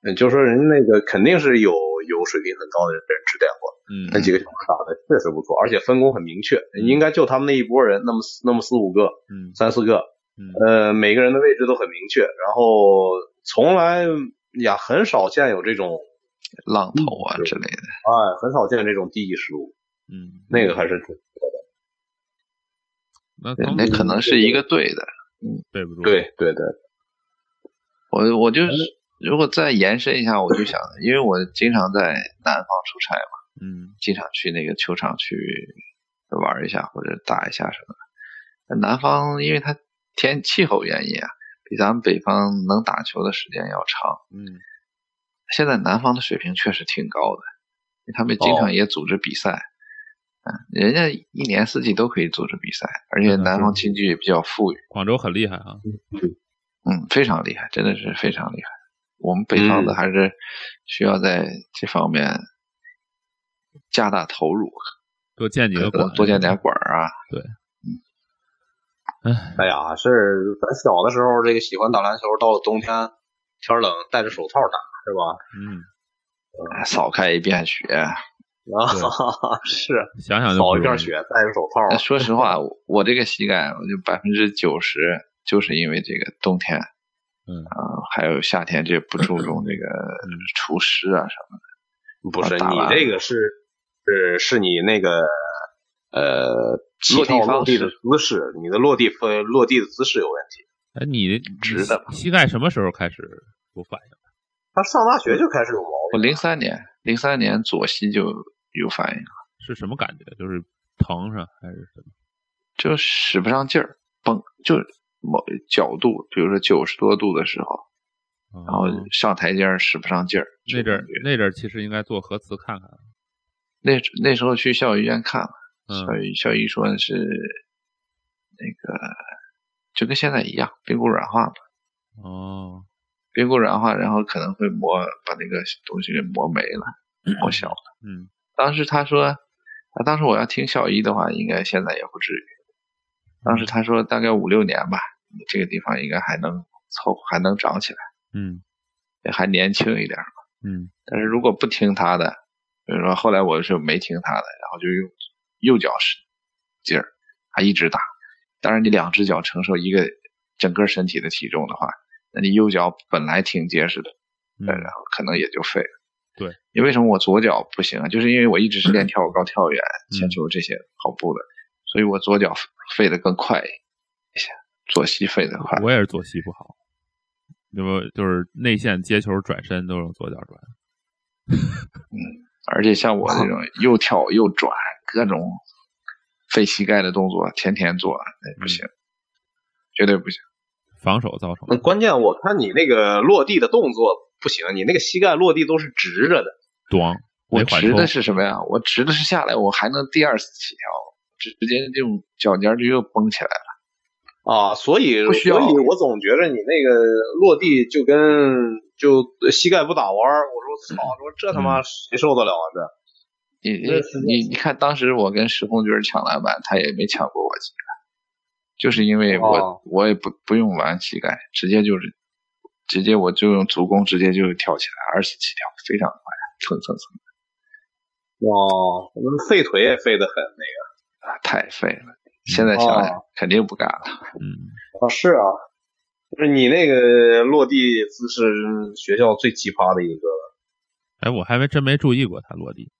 Speaker 4: 嗯，就说人家那个肯定是有有水平很高的人指点过，
Speaker 2: 嗯，
Speaker 4: 那几个小孩打的确实不错，而且分工很明确，应该就他们那一波人，那么四那么四五个，
Speaker 2: 嗯
Speaker 4: 三四个，
Speaker 2: 嗯
Speaker 4: 呃，每个人的位置都很明确，然后从来呀很少见有这种，
Speaker 3: 浪头啊之类的。
Speaker 4: 哎，很少见这种低级失误，
Speaker 2: 嗯，
Speaker 4: 那个还是挺
Speaker 2: 那
Speaker 3: 对
Speaker 2: 刚
Speaker 3: 那可能是一个队的。
Speaker 2: 对不住，，
Speaker 4: 对对对，
Speaker 3: 我我就是如果再延伸一下，我就想，因为我经常在南方出差嘛，
Speaker 2: 嗯
Speaker 3: 经常去那个球场去玩一下或者打一下什么的。那南方因为它天气候原因啊，比咱们北方能打球的时间要长。
Speaker 2: 嗯
Speaker 3: 现在南方的水平确实挺高的，因为他们经常也组织比赛。嗯，人家一年四季都可以组织比赛，而且
Speaker 2: 嗯
Speaker 3: 南方
Speaker 2: 是
Speaker 3: 经济也比较富裕，
Speaker 2: 广州很厉害啊，
Speaker 3: 嗯，非常厉害，真的是非常厉害。我们北方的还是需要在这方面加大投入，
Speaker 2: 多建几个
Speaker 3: 可能
Speaker 2: 馆，
Speaker 3: 多建点馆儿啊。
Speaker 4: 哎呀，是咱小的时候这个喜欢打篮球，到了冬天天冷戴着手套打是吧？
Speaker 2: 嗯，
Speaker 3: 扫开一遍雪。
Speaker 4: 啊， *laughs* 是
Speaker 2: 想想就
Speaker 4: 扫
Speaker 2: 不
Speaker 4: 一片
Speaker 2: 容易
Speaker 4: 雪，戴着手套，
Speaker 3: 但说实话，我我这个膝盖，我就百分之九十就是因为这个冬天，
Speaker 2: 嗯
Speaker 3: 啊、还有夏天这不注重这个除湿啊什么
Speaker 4: 不是
Speaker 3: 打
Speaker 4: 你
Speaker 3: 完
Speaker 4: 这个是是是你那个呃
Speaker 3: 落地
Speaker 4: 起跳
Speaker 3: 方
Speaker 4: 落地的
Speaker 3: 式
Speaker 4: 姿势，你的落地分落地的姿势有问题。
Speaker 2: 哎，你
Speaker 3: 直的吧
Speaker 2: 膝膝盖什么时候开始有反应？
Speaker 4: 他上大学就开始有毛
Speaker 3: 的。我
Speaker 4: 病，
Speaker 3: 零三年，零三年左膝就有反应了，
Speaker 2: 是什么感觉？就是疼是吧还是什么？
Speaker 3: 就使不上劲儿，绷，就是某角度，比如说九十多度的时候，
Speaker 2: 然
Speaker 3: 然后上台阶儿使不上劲儿。
Speaker 2: 哦嗯那阵儿
Speaker 3: 就感觉
Speaker 2: 那阵儿其实应该做核磁看看，
Speaker 3: 那那时候去校医院看了，
Speaker 2: 嗯
Speaker 3: 校医校医说是那个就跟现在一样，髌骨软化嘛。
Speaker 2: 哦，
Speaker 3: 髌骨软化，然后可能会磨把那个东西给磨没了，磨小了。
Speaker 2: 嗯
Speaker 3: 当时他说，啊，当时我要听校医的话，应该现在也不至于。当时他说大概五六年吧，你这个地方应该还能凑，还能长起来，
Speaker 2: 嗯
Speaker 3: 也还年轻一点儿。
Speaker 2: 嗯
Speaker 3: 但是如果不听他的，比如说后来我是没听他的，然后就用右脚使劲儿，还一直打。当然，你两只脚承受一个整个身体的体重的话，那你右脚本来挺结实的。
Speaker 2: 嗯
Speaker 3: 对，然后可能也就废了。
Speaker 2: 对，
Speaker 3: 因为为什么我左脚不行啊？就是因为我一直是
Speaker 2: *clears throat*
Speaker 3: 练跳高、跳远、
Speaker 2: 嗯
Speaker 3: 铅球这些跑步的，所以我左脚废的更快一些，左膝废的快。
Speaker 2: 我也是左膝不好，那么就是内线接球转身都是用左脚转，
Speaker 3: 而且像我这
Speaker 2: *laughs*
Speaker 3: 种又跳又转，各种废膝盖的动作，天天做那
Speaker 2: 嗯
Speaker 3: 不行，绝对不行。
Speaker 2: 防守造成
Speaker 4: 那
Speaker 2: 的。
Speaker 4: 关键我看你那个落地的动作不行，你那个膝盖落地都是直着的。
Speaker 2: 咣，
Speaker 3: 我
Speaker 2: 没缓
Speaker 3: 直
Speaker 2: 冲
Speaker 3: 的是什么呀？我直的是下来，我还能第二次起跳，直直接就用脚尖就又绷起来了。
Speaker 4: 啊，所以
Speaker 3: 不需要
Speaker 4: 所以我总觉着你那个落地就跟就膝盖不打弯儿， *laughs* 我说操，我说这他妈谁受得了啊？这
Speaker 3: 你你
Speaker 4: 那是
Speaker 3: 你你看，当时我跟石红军抢篮板，他也没抢过我膝盖，就是因为我、
Speaker 4: 哦
Speaker 3: 我也不不用玩膝盖，直接就是直接我就用足弓直接就跳起来，二十起跳非常快，蹭蹭蹭
Speaker 4: 哦，那废腿也废得很那
Speaker 3: 啊，太废了！现在想来、
Speaker 4: 哦
Speaker 3: 肯定不干了。
Speaker 2: 嗯，
Speaker 4: 个。啊，是啊，就是你那个落地姿势，学校最奇葩的一个。
Speaker 2: 哎，我还没真没注意过他落地，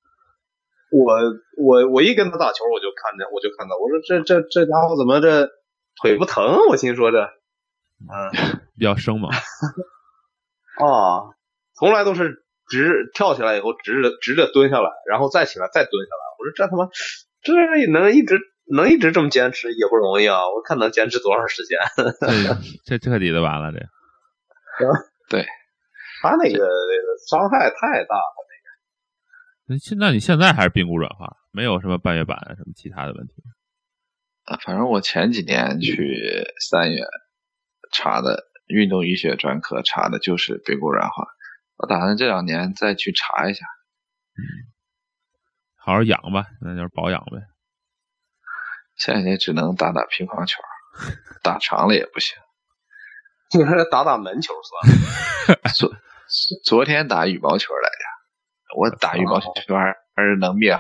Speaker 4: 我我我一跟他打球，我就看见我就看到，我说这这这家伙怎么这腿不疼？我心说这，嗯。
Speaker 2: 比较生猛。
Speaker 4: 啊，从来都是直跳起来以后直着直着蹲下来，然后再起来再蹲下来。我说这他妈这能一直能一直这么坚持也不容易啊！我看能坚持多长时间。
Speaker 2: 这这彻底的完了，这
Speaker 4: *laughs* 他那个伤害太大了。
Speaker 2: 那现那你现在还是髌骨软化，没有什么半月板什么其他的问题。
Speaker 3: 啊，反正我前几年去三月查的运动医学专科查的就是髌骨软化，我打算这两年再去查一下。
Speaker 2: 好好养吧，那就是保养呗。
Speaker 3: 现在也只能打打乒乓球， *laughs* 打长了也不行。
Speaker 4: 你说打打门球算了，
Speaker 3: 所昨天打羽毛球来着，我打羽毛球还还是能灭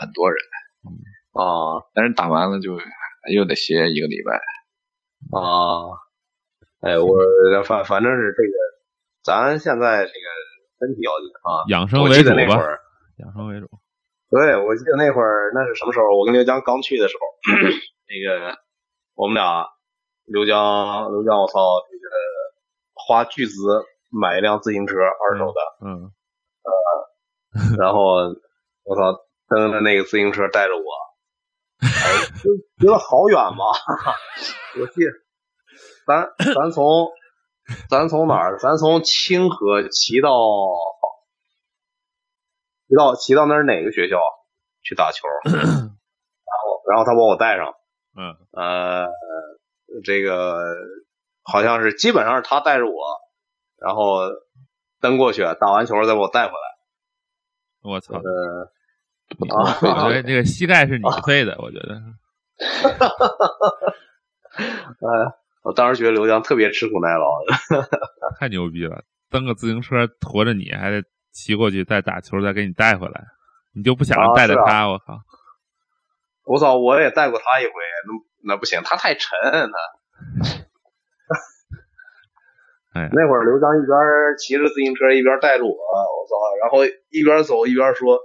Speaker 3: 很多人，
Speaker 4: 啊
Speaker 3: 但是打完了就又得歇一个礼拜。
Speaker 4: 啊，哎，我反反正是这个，咱现在这个身体要紧啊。
Speaker 2: 养生
Speaker 4: 我
Speaker 2: 为
Speaker 4: 记
Speaker 2: 主
Speaker 4: 得那会
Speaker 2: 吧，
Speaker 4: 儿，
Speaker 2: 养生为主。
Speaker 4: 对我记得那会儿那是什么时候？我跟刘江刚去的时候， *clears throat* 那个我们俩，刘江刘江，我操，这个花巨资买一辆自行车，二手的，
Speaker 2: 嗯，
Speaker 4: 然后我操，蹬着那个自行车带着我，哎，就觉得好远吧？我记得，咱咱从咱从哪儿？咱从清河骑到骑到骑到那儿哪个学校去打球？然后然后他把我带上，
Speaker 2: 嗯，
Speaker 4: 呃，这个好像是基本上是他带着我，然后蹬过去，打完球再把我带回来。
Speaker 2: 我操，
Speaker 4: 呃，
Speaker 2: 你
Speaker 4: 啊
Speaker 2: 我
Speaker 4: *laughs*
Speaker 2: 觉得这个膝盖是你废的，我觉得。
Speaker 4: 呃，我当时觉得刘江特别吃苦耐劳，
Speaker 2: 太牛逼了！蹬个自行车驮着你，还得骑过去，再打球，再给你带回来，你就不想着
Speaker 4: 啊
Speaker 2: 带着
Speaker 4: 是啊
Speaker 2: 他？我靠！
Speaker 4: 我操，我也带过他一回，那那不行，他太沉，啊他。
Speaker 2: 哎呀
Speaker 4: 那会儿刘江一边骑着自行车一边带着我，我操，然后一边走一边说：“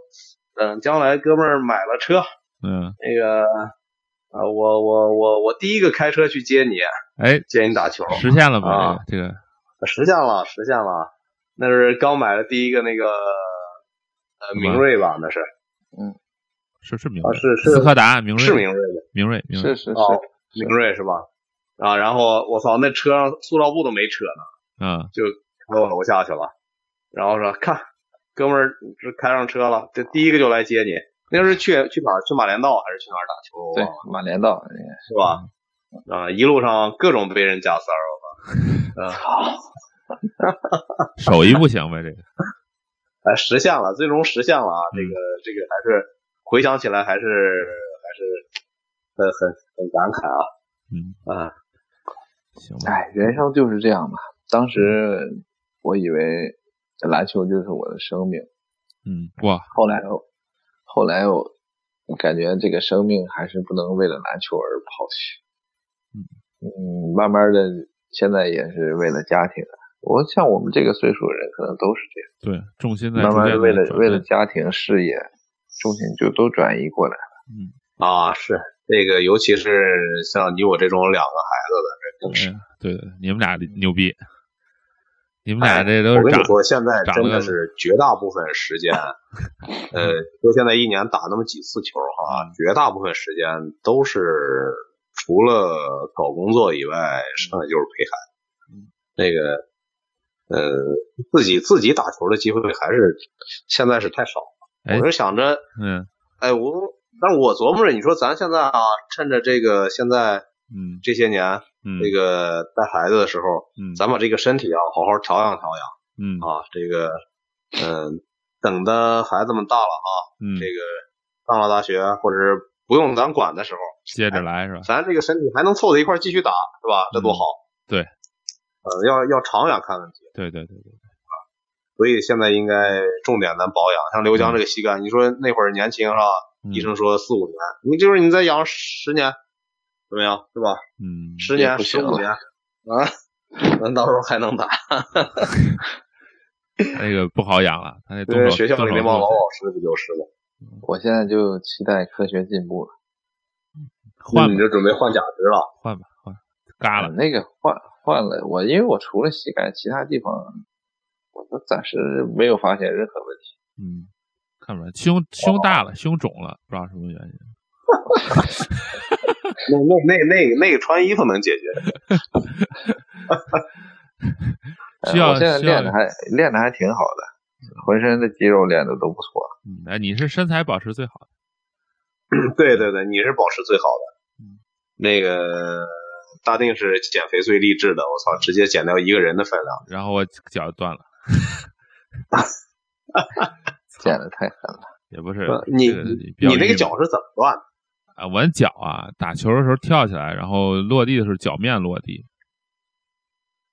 Speaker 4: 嗯，将来哥们儿买了车，
Speaker 2: 嗯，
Speaker 4: 那个啊、我我我我第一个开车去接你，
Speaker 2: 哎，
Speaker 4: 接你打球。”
Speaker 2: 实现了吧
Speaker 4: 啊？
Speaker 2: 这个
Speaker 4: 实现了，实现了，那是刚买的第一个那个呃
Speaker 2: 什么
Speaker 4: 明锐吧，那是
Speaker 2: 是是明
Speaker 4: 啊
Speaker 2: 锐，
Speaker 4: 是是
Speaker 2: 斯柯达明锐，
Speaker 4: 是明锐的。
Speaker 2: 明锐，明锐
Speaker 3: 是，是是，
Speaker 4: 哦，明锐是吧？啊，然后我操，那车上塑料布都没扯呢，
Speaker 2: 嗯，
Speaker 4: 开我楼下去了。然后说看，哥们儿这开上车了，这第一个就来接你。那是去去哪儿？去马连道还是去哪儿打球？我
Speaker 3: 对
Speaker 4: 忘了，
Speaker 3: 马连道，
Speaker 4: 是吧？啊，一路上各种被人加塞儿，我操！啊，
Speaker 2: 手艺不行呗，这个
Speaker 4: 哎，实现了，最终实现了啊！
Speaker 2: 嗯
Speaker 4: 这个这个还是回想起来还是还是很很很感慨啊！
Speaker 2: 嗯
Speaker 4: 啊，
Speaker 2: 行吧？
Speaker 3: 哎，人生就是这样嘛。当时我以为篮球就是我的生命，
Speaker 2: 嗯，哇，
Speaker 3: 后来我后来我感觉这个生命还是不能为了篮球而抛弃。嗯，慢慢的，现在也是为了家庭。啊我像我们这个岁数的人，可能都是这样。
Speaker 2: 对，重心在
Speaker 3: 慢
Speaker 2: 逐
Speaker 3: 慢
Speaker 2: 渐
Speaker 3: 地为
Speaker 2: 地
Speaker 3: 了
Speaker 2: 转
Speaker 3: 为
Speaker 2: 变
Speaker 3: 了家庭事业，重心就都转移过来了。
Speaker 4: 啊，是这个，尤其是像你我这种两个孩子的，这更是。
Speaker 2: 哎对，对你们俩牛逼，你们
Speaker 4: 嗯
Speaker 2: 俩
Speaker 4: 哎
Speaker 2: 这都
Speaker 4: 我
Speaker 2: 是
Speaker 4: 跟
Speaker 2: 长
Speaker 4: 你，说，现在
Speaker 2: 长
Speaker 4: 真
Speaker 2: 得
Speaker 4: 的是绝大部分时
Speaker 2: *laughs*
Speaker 4: 间，呃，就现在一年打那么几次球
Speaker 2: 嗯
Speaker 4: 哈、绝大部分时间都是除了搞工作以外，
Speaker 2: 嗯
Speaker 4: 剩下就是陪孩子。那个，呃，自己自己打球的机会还是现在是太少了。
Speaker 2: 哎
Speaker 4: 我是想着，
Speaker 2: 嗯
Speaker 4: 哎，我，但是我琢磨着，你说咱现在啊，趁着这个现在
Speaker 2: 嗯
Speaker 4: 这些年，
Speaker 2: 嗯，
Speaker 4: 这个带孩子的时候，
Speaker 2: 嗯
Speaker 4: 咱把这个身体啊好好调养调养
Speaker 2: 嗯
Speaker 4: 啊。这个，嗯、等的孩子们大了啊，
Speaker 2: 嗯
Speaker 4: 这，个上了大学或者是不用咱管的时候，
Speaker 2: 接着来是吧？
Speaker 4: 咱这个身体还能凑在一块儿继续打，是吧？这多好。
Speaker 2: 对
Speaker 4: 呃，要要长远看问题，
Speaker 2: 对对对对，
Speaker 4: 所以现在应该重点咱保养。像刘江这个膝盖，你说那会儿年轻啊，
Speaker 2: 嗯
Speaker 4: 医生说四五年，你就是你再养十年，怎么样，是吧？
Speaker 2: 嗯，
Speaker 4: 十
Speaker 3: 也
Speaker 4: 年、
Speaker 3: 不
Speaker 4: 十
Speaker 3: 行
Speaker 4: 五
Speaker 3: 了
Speaker 4: *laughs* 年啊，咱到时候还能打。
Speaker 2: 那个不好养了，他那动
Speaker 4: 因为
Speaker 2: 手
Speaker 4: 学校
Speaker 2: 动
Speaker 4: 里
Speaker 2: 手
Speaker 4: 那帮
Speaker 2: 术
Speaker 4: 老老师不就是吗？
Speaker 3: 我现在就期待科学进步了。
Speaker 2: 换
Speaker 4: 你
Speaker 2: 吧
Speaker 4: 就嗯准备换假肢了
Speaker 2: 换吧换，嘎了，
Speaker 3: 那个换换了我，因为我除了膝盖，其他地方我都暂时没有发现任何问题。
Speaker 2: 嗯，看不出来，胸胸大了，胸肿了，不知道什么原因。
Speaker 4: 那那那那个那个穿衣服能解决？ *laughs* 哎
Speaker 3: 呃
Speaker 2: 需要
Speaker 3: 我现在
Speaker 2: 需要
Speaker 3: 练的还练的还挺好的，浑身的肌肉练的都不错。
Speaker 2: 嗯，哎，你是身材保持最好的，
Speaker 4: 对对对，你是保持最好的
Speaker 2: 嗯。
Speaker 4: 那个大定是减肥最励志的，我操，直接减掉一个人的分量。
Speaker 2: 然后我脚断了，
Speaker 3: 练的太狠了，
Speaker 2: 也不是
Speaker 4: 呃你
Speaker 2: 这个比较
Speaker 4: 你
Speaker 2: 郁
Speaker 4: 那个
Speaker 2: 闷
Speaker 4: 脚是怎么断的？
Speaker 2: 啊，我脚啊，打球的时候跳起来，然后落地的时候脚面落地，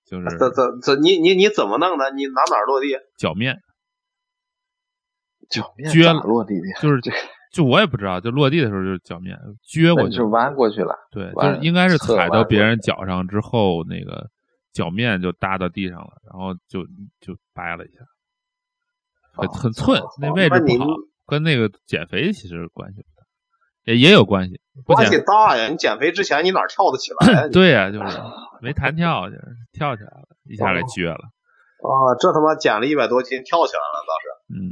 Speaker 2: 就是
Speaker 4: 怎怎怎你你你怎么弄的？你哪哪儿落地？
Speaker 2: 脚面，
Speaker 3: 脚面
Speaker 2: 撅
Speaker 3: 咋
Speaker 2: 了
Speaker 3: 落地的呀？
Speaker 2: 就是
Speaker 3: 这
Speaker 2: 就我也不知道，就落地的时候就是脚面撅
Speaker 3: 那
Speaker 2: 过
Speaker 3: 你
Speaker 2: 去
Speaker 3: 就，弯过去了。
Speaker 2: 对，就
Speaker 3: 弯
Speaker 2: 是应该是
Speaker 3: 侧
Speaker 2: 踩到
Speaker 3: 弯
Speaker 2: 别
Speaker 3: 过
Speaker 2: 人脚上之后，那个脚面就搭到地上了，然后就就掰了一下，很
Speaker 3: 哦
Speaker 2: 很寸
Speaker 4: 哦，
Speaker 2: 那位置
Speaker 4: 那你
Speaker 2: 不好，跟那个减肥其实关系不大，也也有关系，不
Speaker 4: 关
Speaker 2: 减
Speaker 4: 系大呀！你减肥之前你哪儿跳得起
Speaker 2: *coughs*
Speaker 4: 来？你
Speaker 2: 对呀、就是
Speaker 3: 啊
Speaker 2: 没弹跳，就是跳起来了，一下给
Speaker 4: 哦
Speaker 2: 撅了，
Speaker 4: 啊，这他妈减了一百多斤，跳起来了倒是。
Speaker 2: 嗯，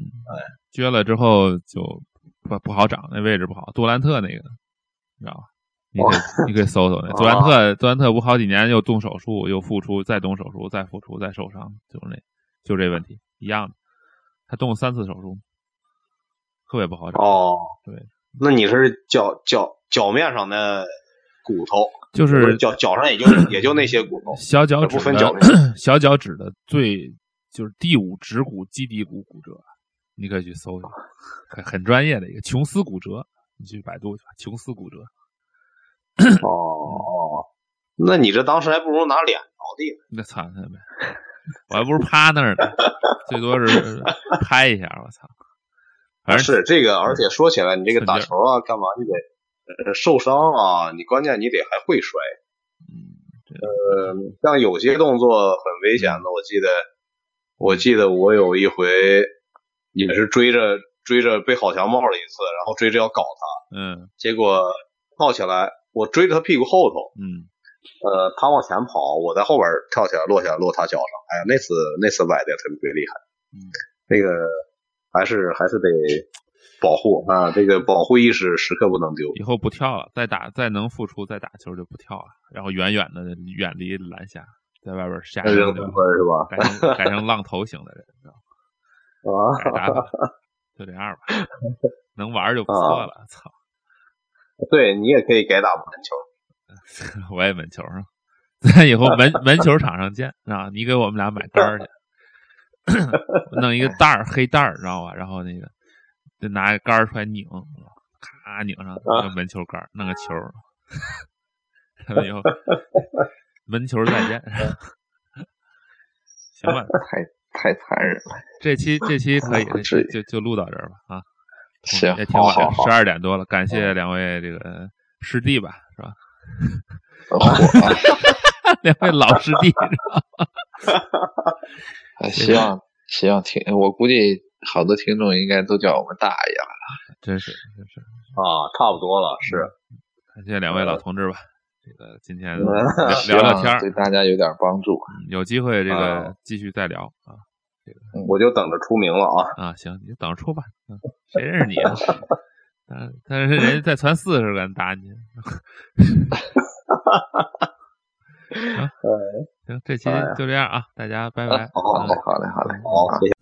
Speaker 2: 撅了之后就不不好长，那位置不好，杜兰特那个，你知道吧？你可以、你可以搜
Speaker 4: *laughs*
Speaker 2: 搜那杜兰
Speaker 4: 哦
Speaker 2: 特，杜兰特不好几年又动手术，又复出，再动手术，再复出，再受伤，就是那就这问题一样的，他动了三次手术，特别不好长。
Speaker 4: 哦，
Speaker 2: 对，
Speaker 4: 那你是脚脚脚面上的骨头，
Speaker 2: 就
Speaker 4: 不是
Speaker 2: 是
Speaker 4: 脚脚
Speaker 2: *coughs*
Speaker 4: 上也就也就那些骨头。
Speaker 2: 小脚
Speaker 4: 这
Speaker 2: 趾
Speaker 4: 不分脚
Speaker 2: 的 *clears throat* 小脚趾的最就是第五指骨基底骨骨折，你可以去搜一
Speaker 4: 哦
Speaker 2: 下，很很专业的一个琼斯骨折，你去百度去吧，琼斯骨折。
Speaker 4: 哦哦，那你这当时还不如拿脸着地呢。
Speaker 2: 那操他呗！我还不如趴那儿呢， *laughs* 最多是拍一下。我操，反正
Speaker 4: 啊是这个，而且说起来，你这个打球啊，干嘛你得呃受伤啊？你关键你得还会摔。
Speaker 2: 嗯
Speaker 4: 呃，像有些动作很危险的，我记得，我记得我有一回也是追着追着被郝强冒了一次，然后追着要搞他，
Speaker 2: 嗯
Speaker 4: 结果跳起来，我追着他屁股后头，
Speaker 2: 嗯，
Speaker 4: 呃，他往前跑，我在后边跳起来落下落他脚上，哎呀，那次那次崴的也特别厉害，
Speaker 2: 嗯，
Speaker 4: 那个还是还是得保护啊，这个保护意识时刻不能丢。
Speaker 2: 以后不跳了，再打再能复出再打球就不跳了，然后远远的远离篮下，在外边瞎
Speaker 4: 那
Speaker 2: 溜
Speaker 4: 扔
Speaker 2: 达
Speaker 4: 三分，是
Speaker 2: 改
Speaker 4: 吧？
Speaker 2: 成改成浪头型的人，你知道吗
Speaker 4: 啊，
Speaker 2: 改打法就这样吧，能玩就不错了。操，
Speaker 4: 对你也可以改打篮
Speaker 2: *laughs*
Speaker 4: 球。
Speaker 2: 我也门球上，
Speaker 3: *laughs*
Speaker 2: 咱以后门门球场上见啊！你给我们俩买单儿去，弄一个袋儿，黑袋儿，知道吧？然后那个就拿杆儿出来拧，咔拧上
Speaker 3: 啊
Speaker 2: 一个门球杆儿，弄个球儿， *laughs* 然后
Speaker 3: *laughs*
Speaker 2: 以后门球再见。 *laughs* 行吧，
Speaker 3: 太残忍了。
Speaker 2: 这期这期可以，
Speaker 3: 不至
Speaker 2: 就
Speaker 3: 于
Speaker 2: 就就录到这儿吧啊！
Speaker 3: 啊行
Speaker 2: 也，挺
Speaker 3: 好
Speaker 2: 晚
Speaker 3: 好
Speaker 2: 了，
Speaker 3: 好
Speaker 2: 十，二点多了，感谢两位这个师弟吧，是吧？ *laughs*
Speaker 3: 火啊！
Speaker 2: 两位老师
Speaker 3: *laughs*
Speaker 2: 弟， *laughs*
Speaker 3: 哎希望希望听，我估计好多听众应该都叫我们大爷了。
Speaker 2: 真是真是。
Speaker 4: 啊，差不多了，是。
Speaker 2: 感谢两位老同志吧，这个今天
Speaker 4: 嗯
Speaker 2: 聊
Speaker 3: *laughs* 希
Speaker 2: 聊
Speaker 3: 望
Speaker 2: 聊天儿
Speaker 3: 对，大家有点帮助。
Speaker 2: 嗯有机会这个
Speaker 4: 啊
Speaker 2: 继续再聊啊
Speaker 4: *laughs* 我就等着出名了啊！
Speaker 2: 啊，行，你就等着出吧，嗯谁认识你啊？但但是人家再传四十个人打你，啊行行，这期就这样啊，大家拜拜，
Speaker 4: 好好
Speaker 3: 好嘞，好嘞，好嘞。
Speaker 4: 好，谢谢。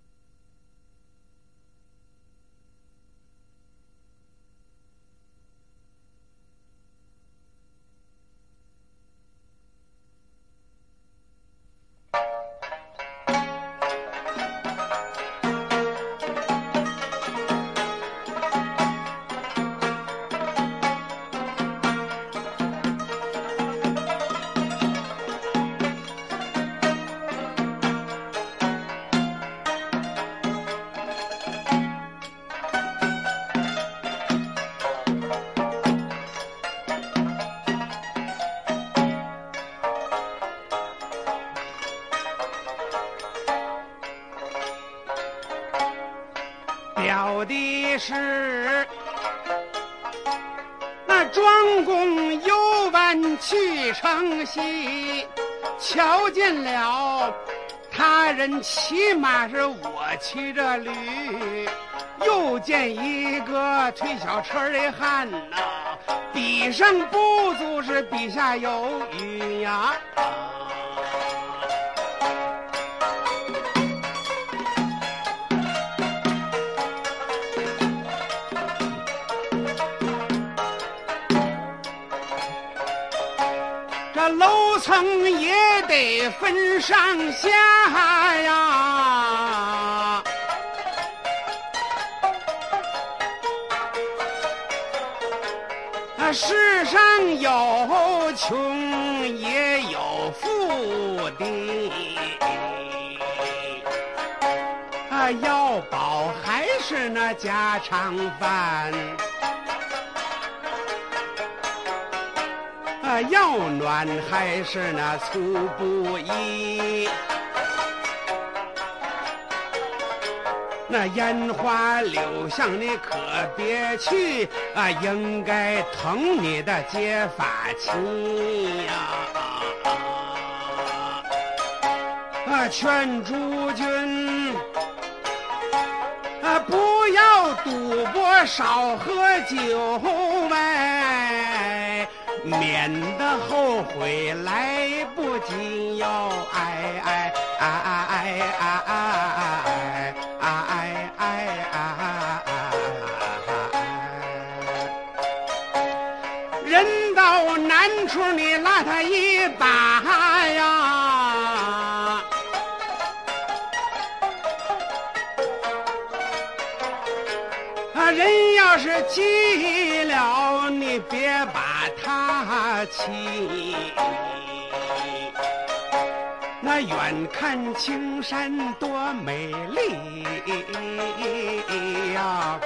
Speaker 5: 表的是那庄公游玩去城西，瞧见了他人骑马是我骑着驴，又见一个推小车儿的汉呐、比上不足是比下有余呀。这楼层也得分上下呀。啊，世上有穷也有富的，啊，要饱还是那家常饭，啊，要暖还是那粗布衣。那烟花柳巷你可别去啊，应该疼你的结发妻呀、啊！劝诸君啊，不要赌博，少喝酒呗，免得后悔来不及哟！哎哎哎哎哎哎哎哎！啊哎哎啊啊啊！人到难处你拉他一把呀，啊人要是急了你别把他气。那远看青山多美丽呀、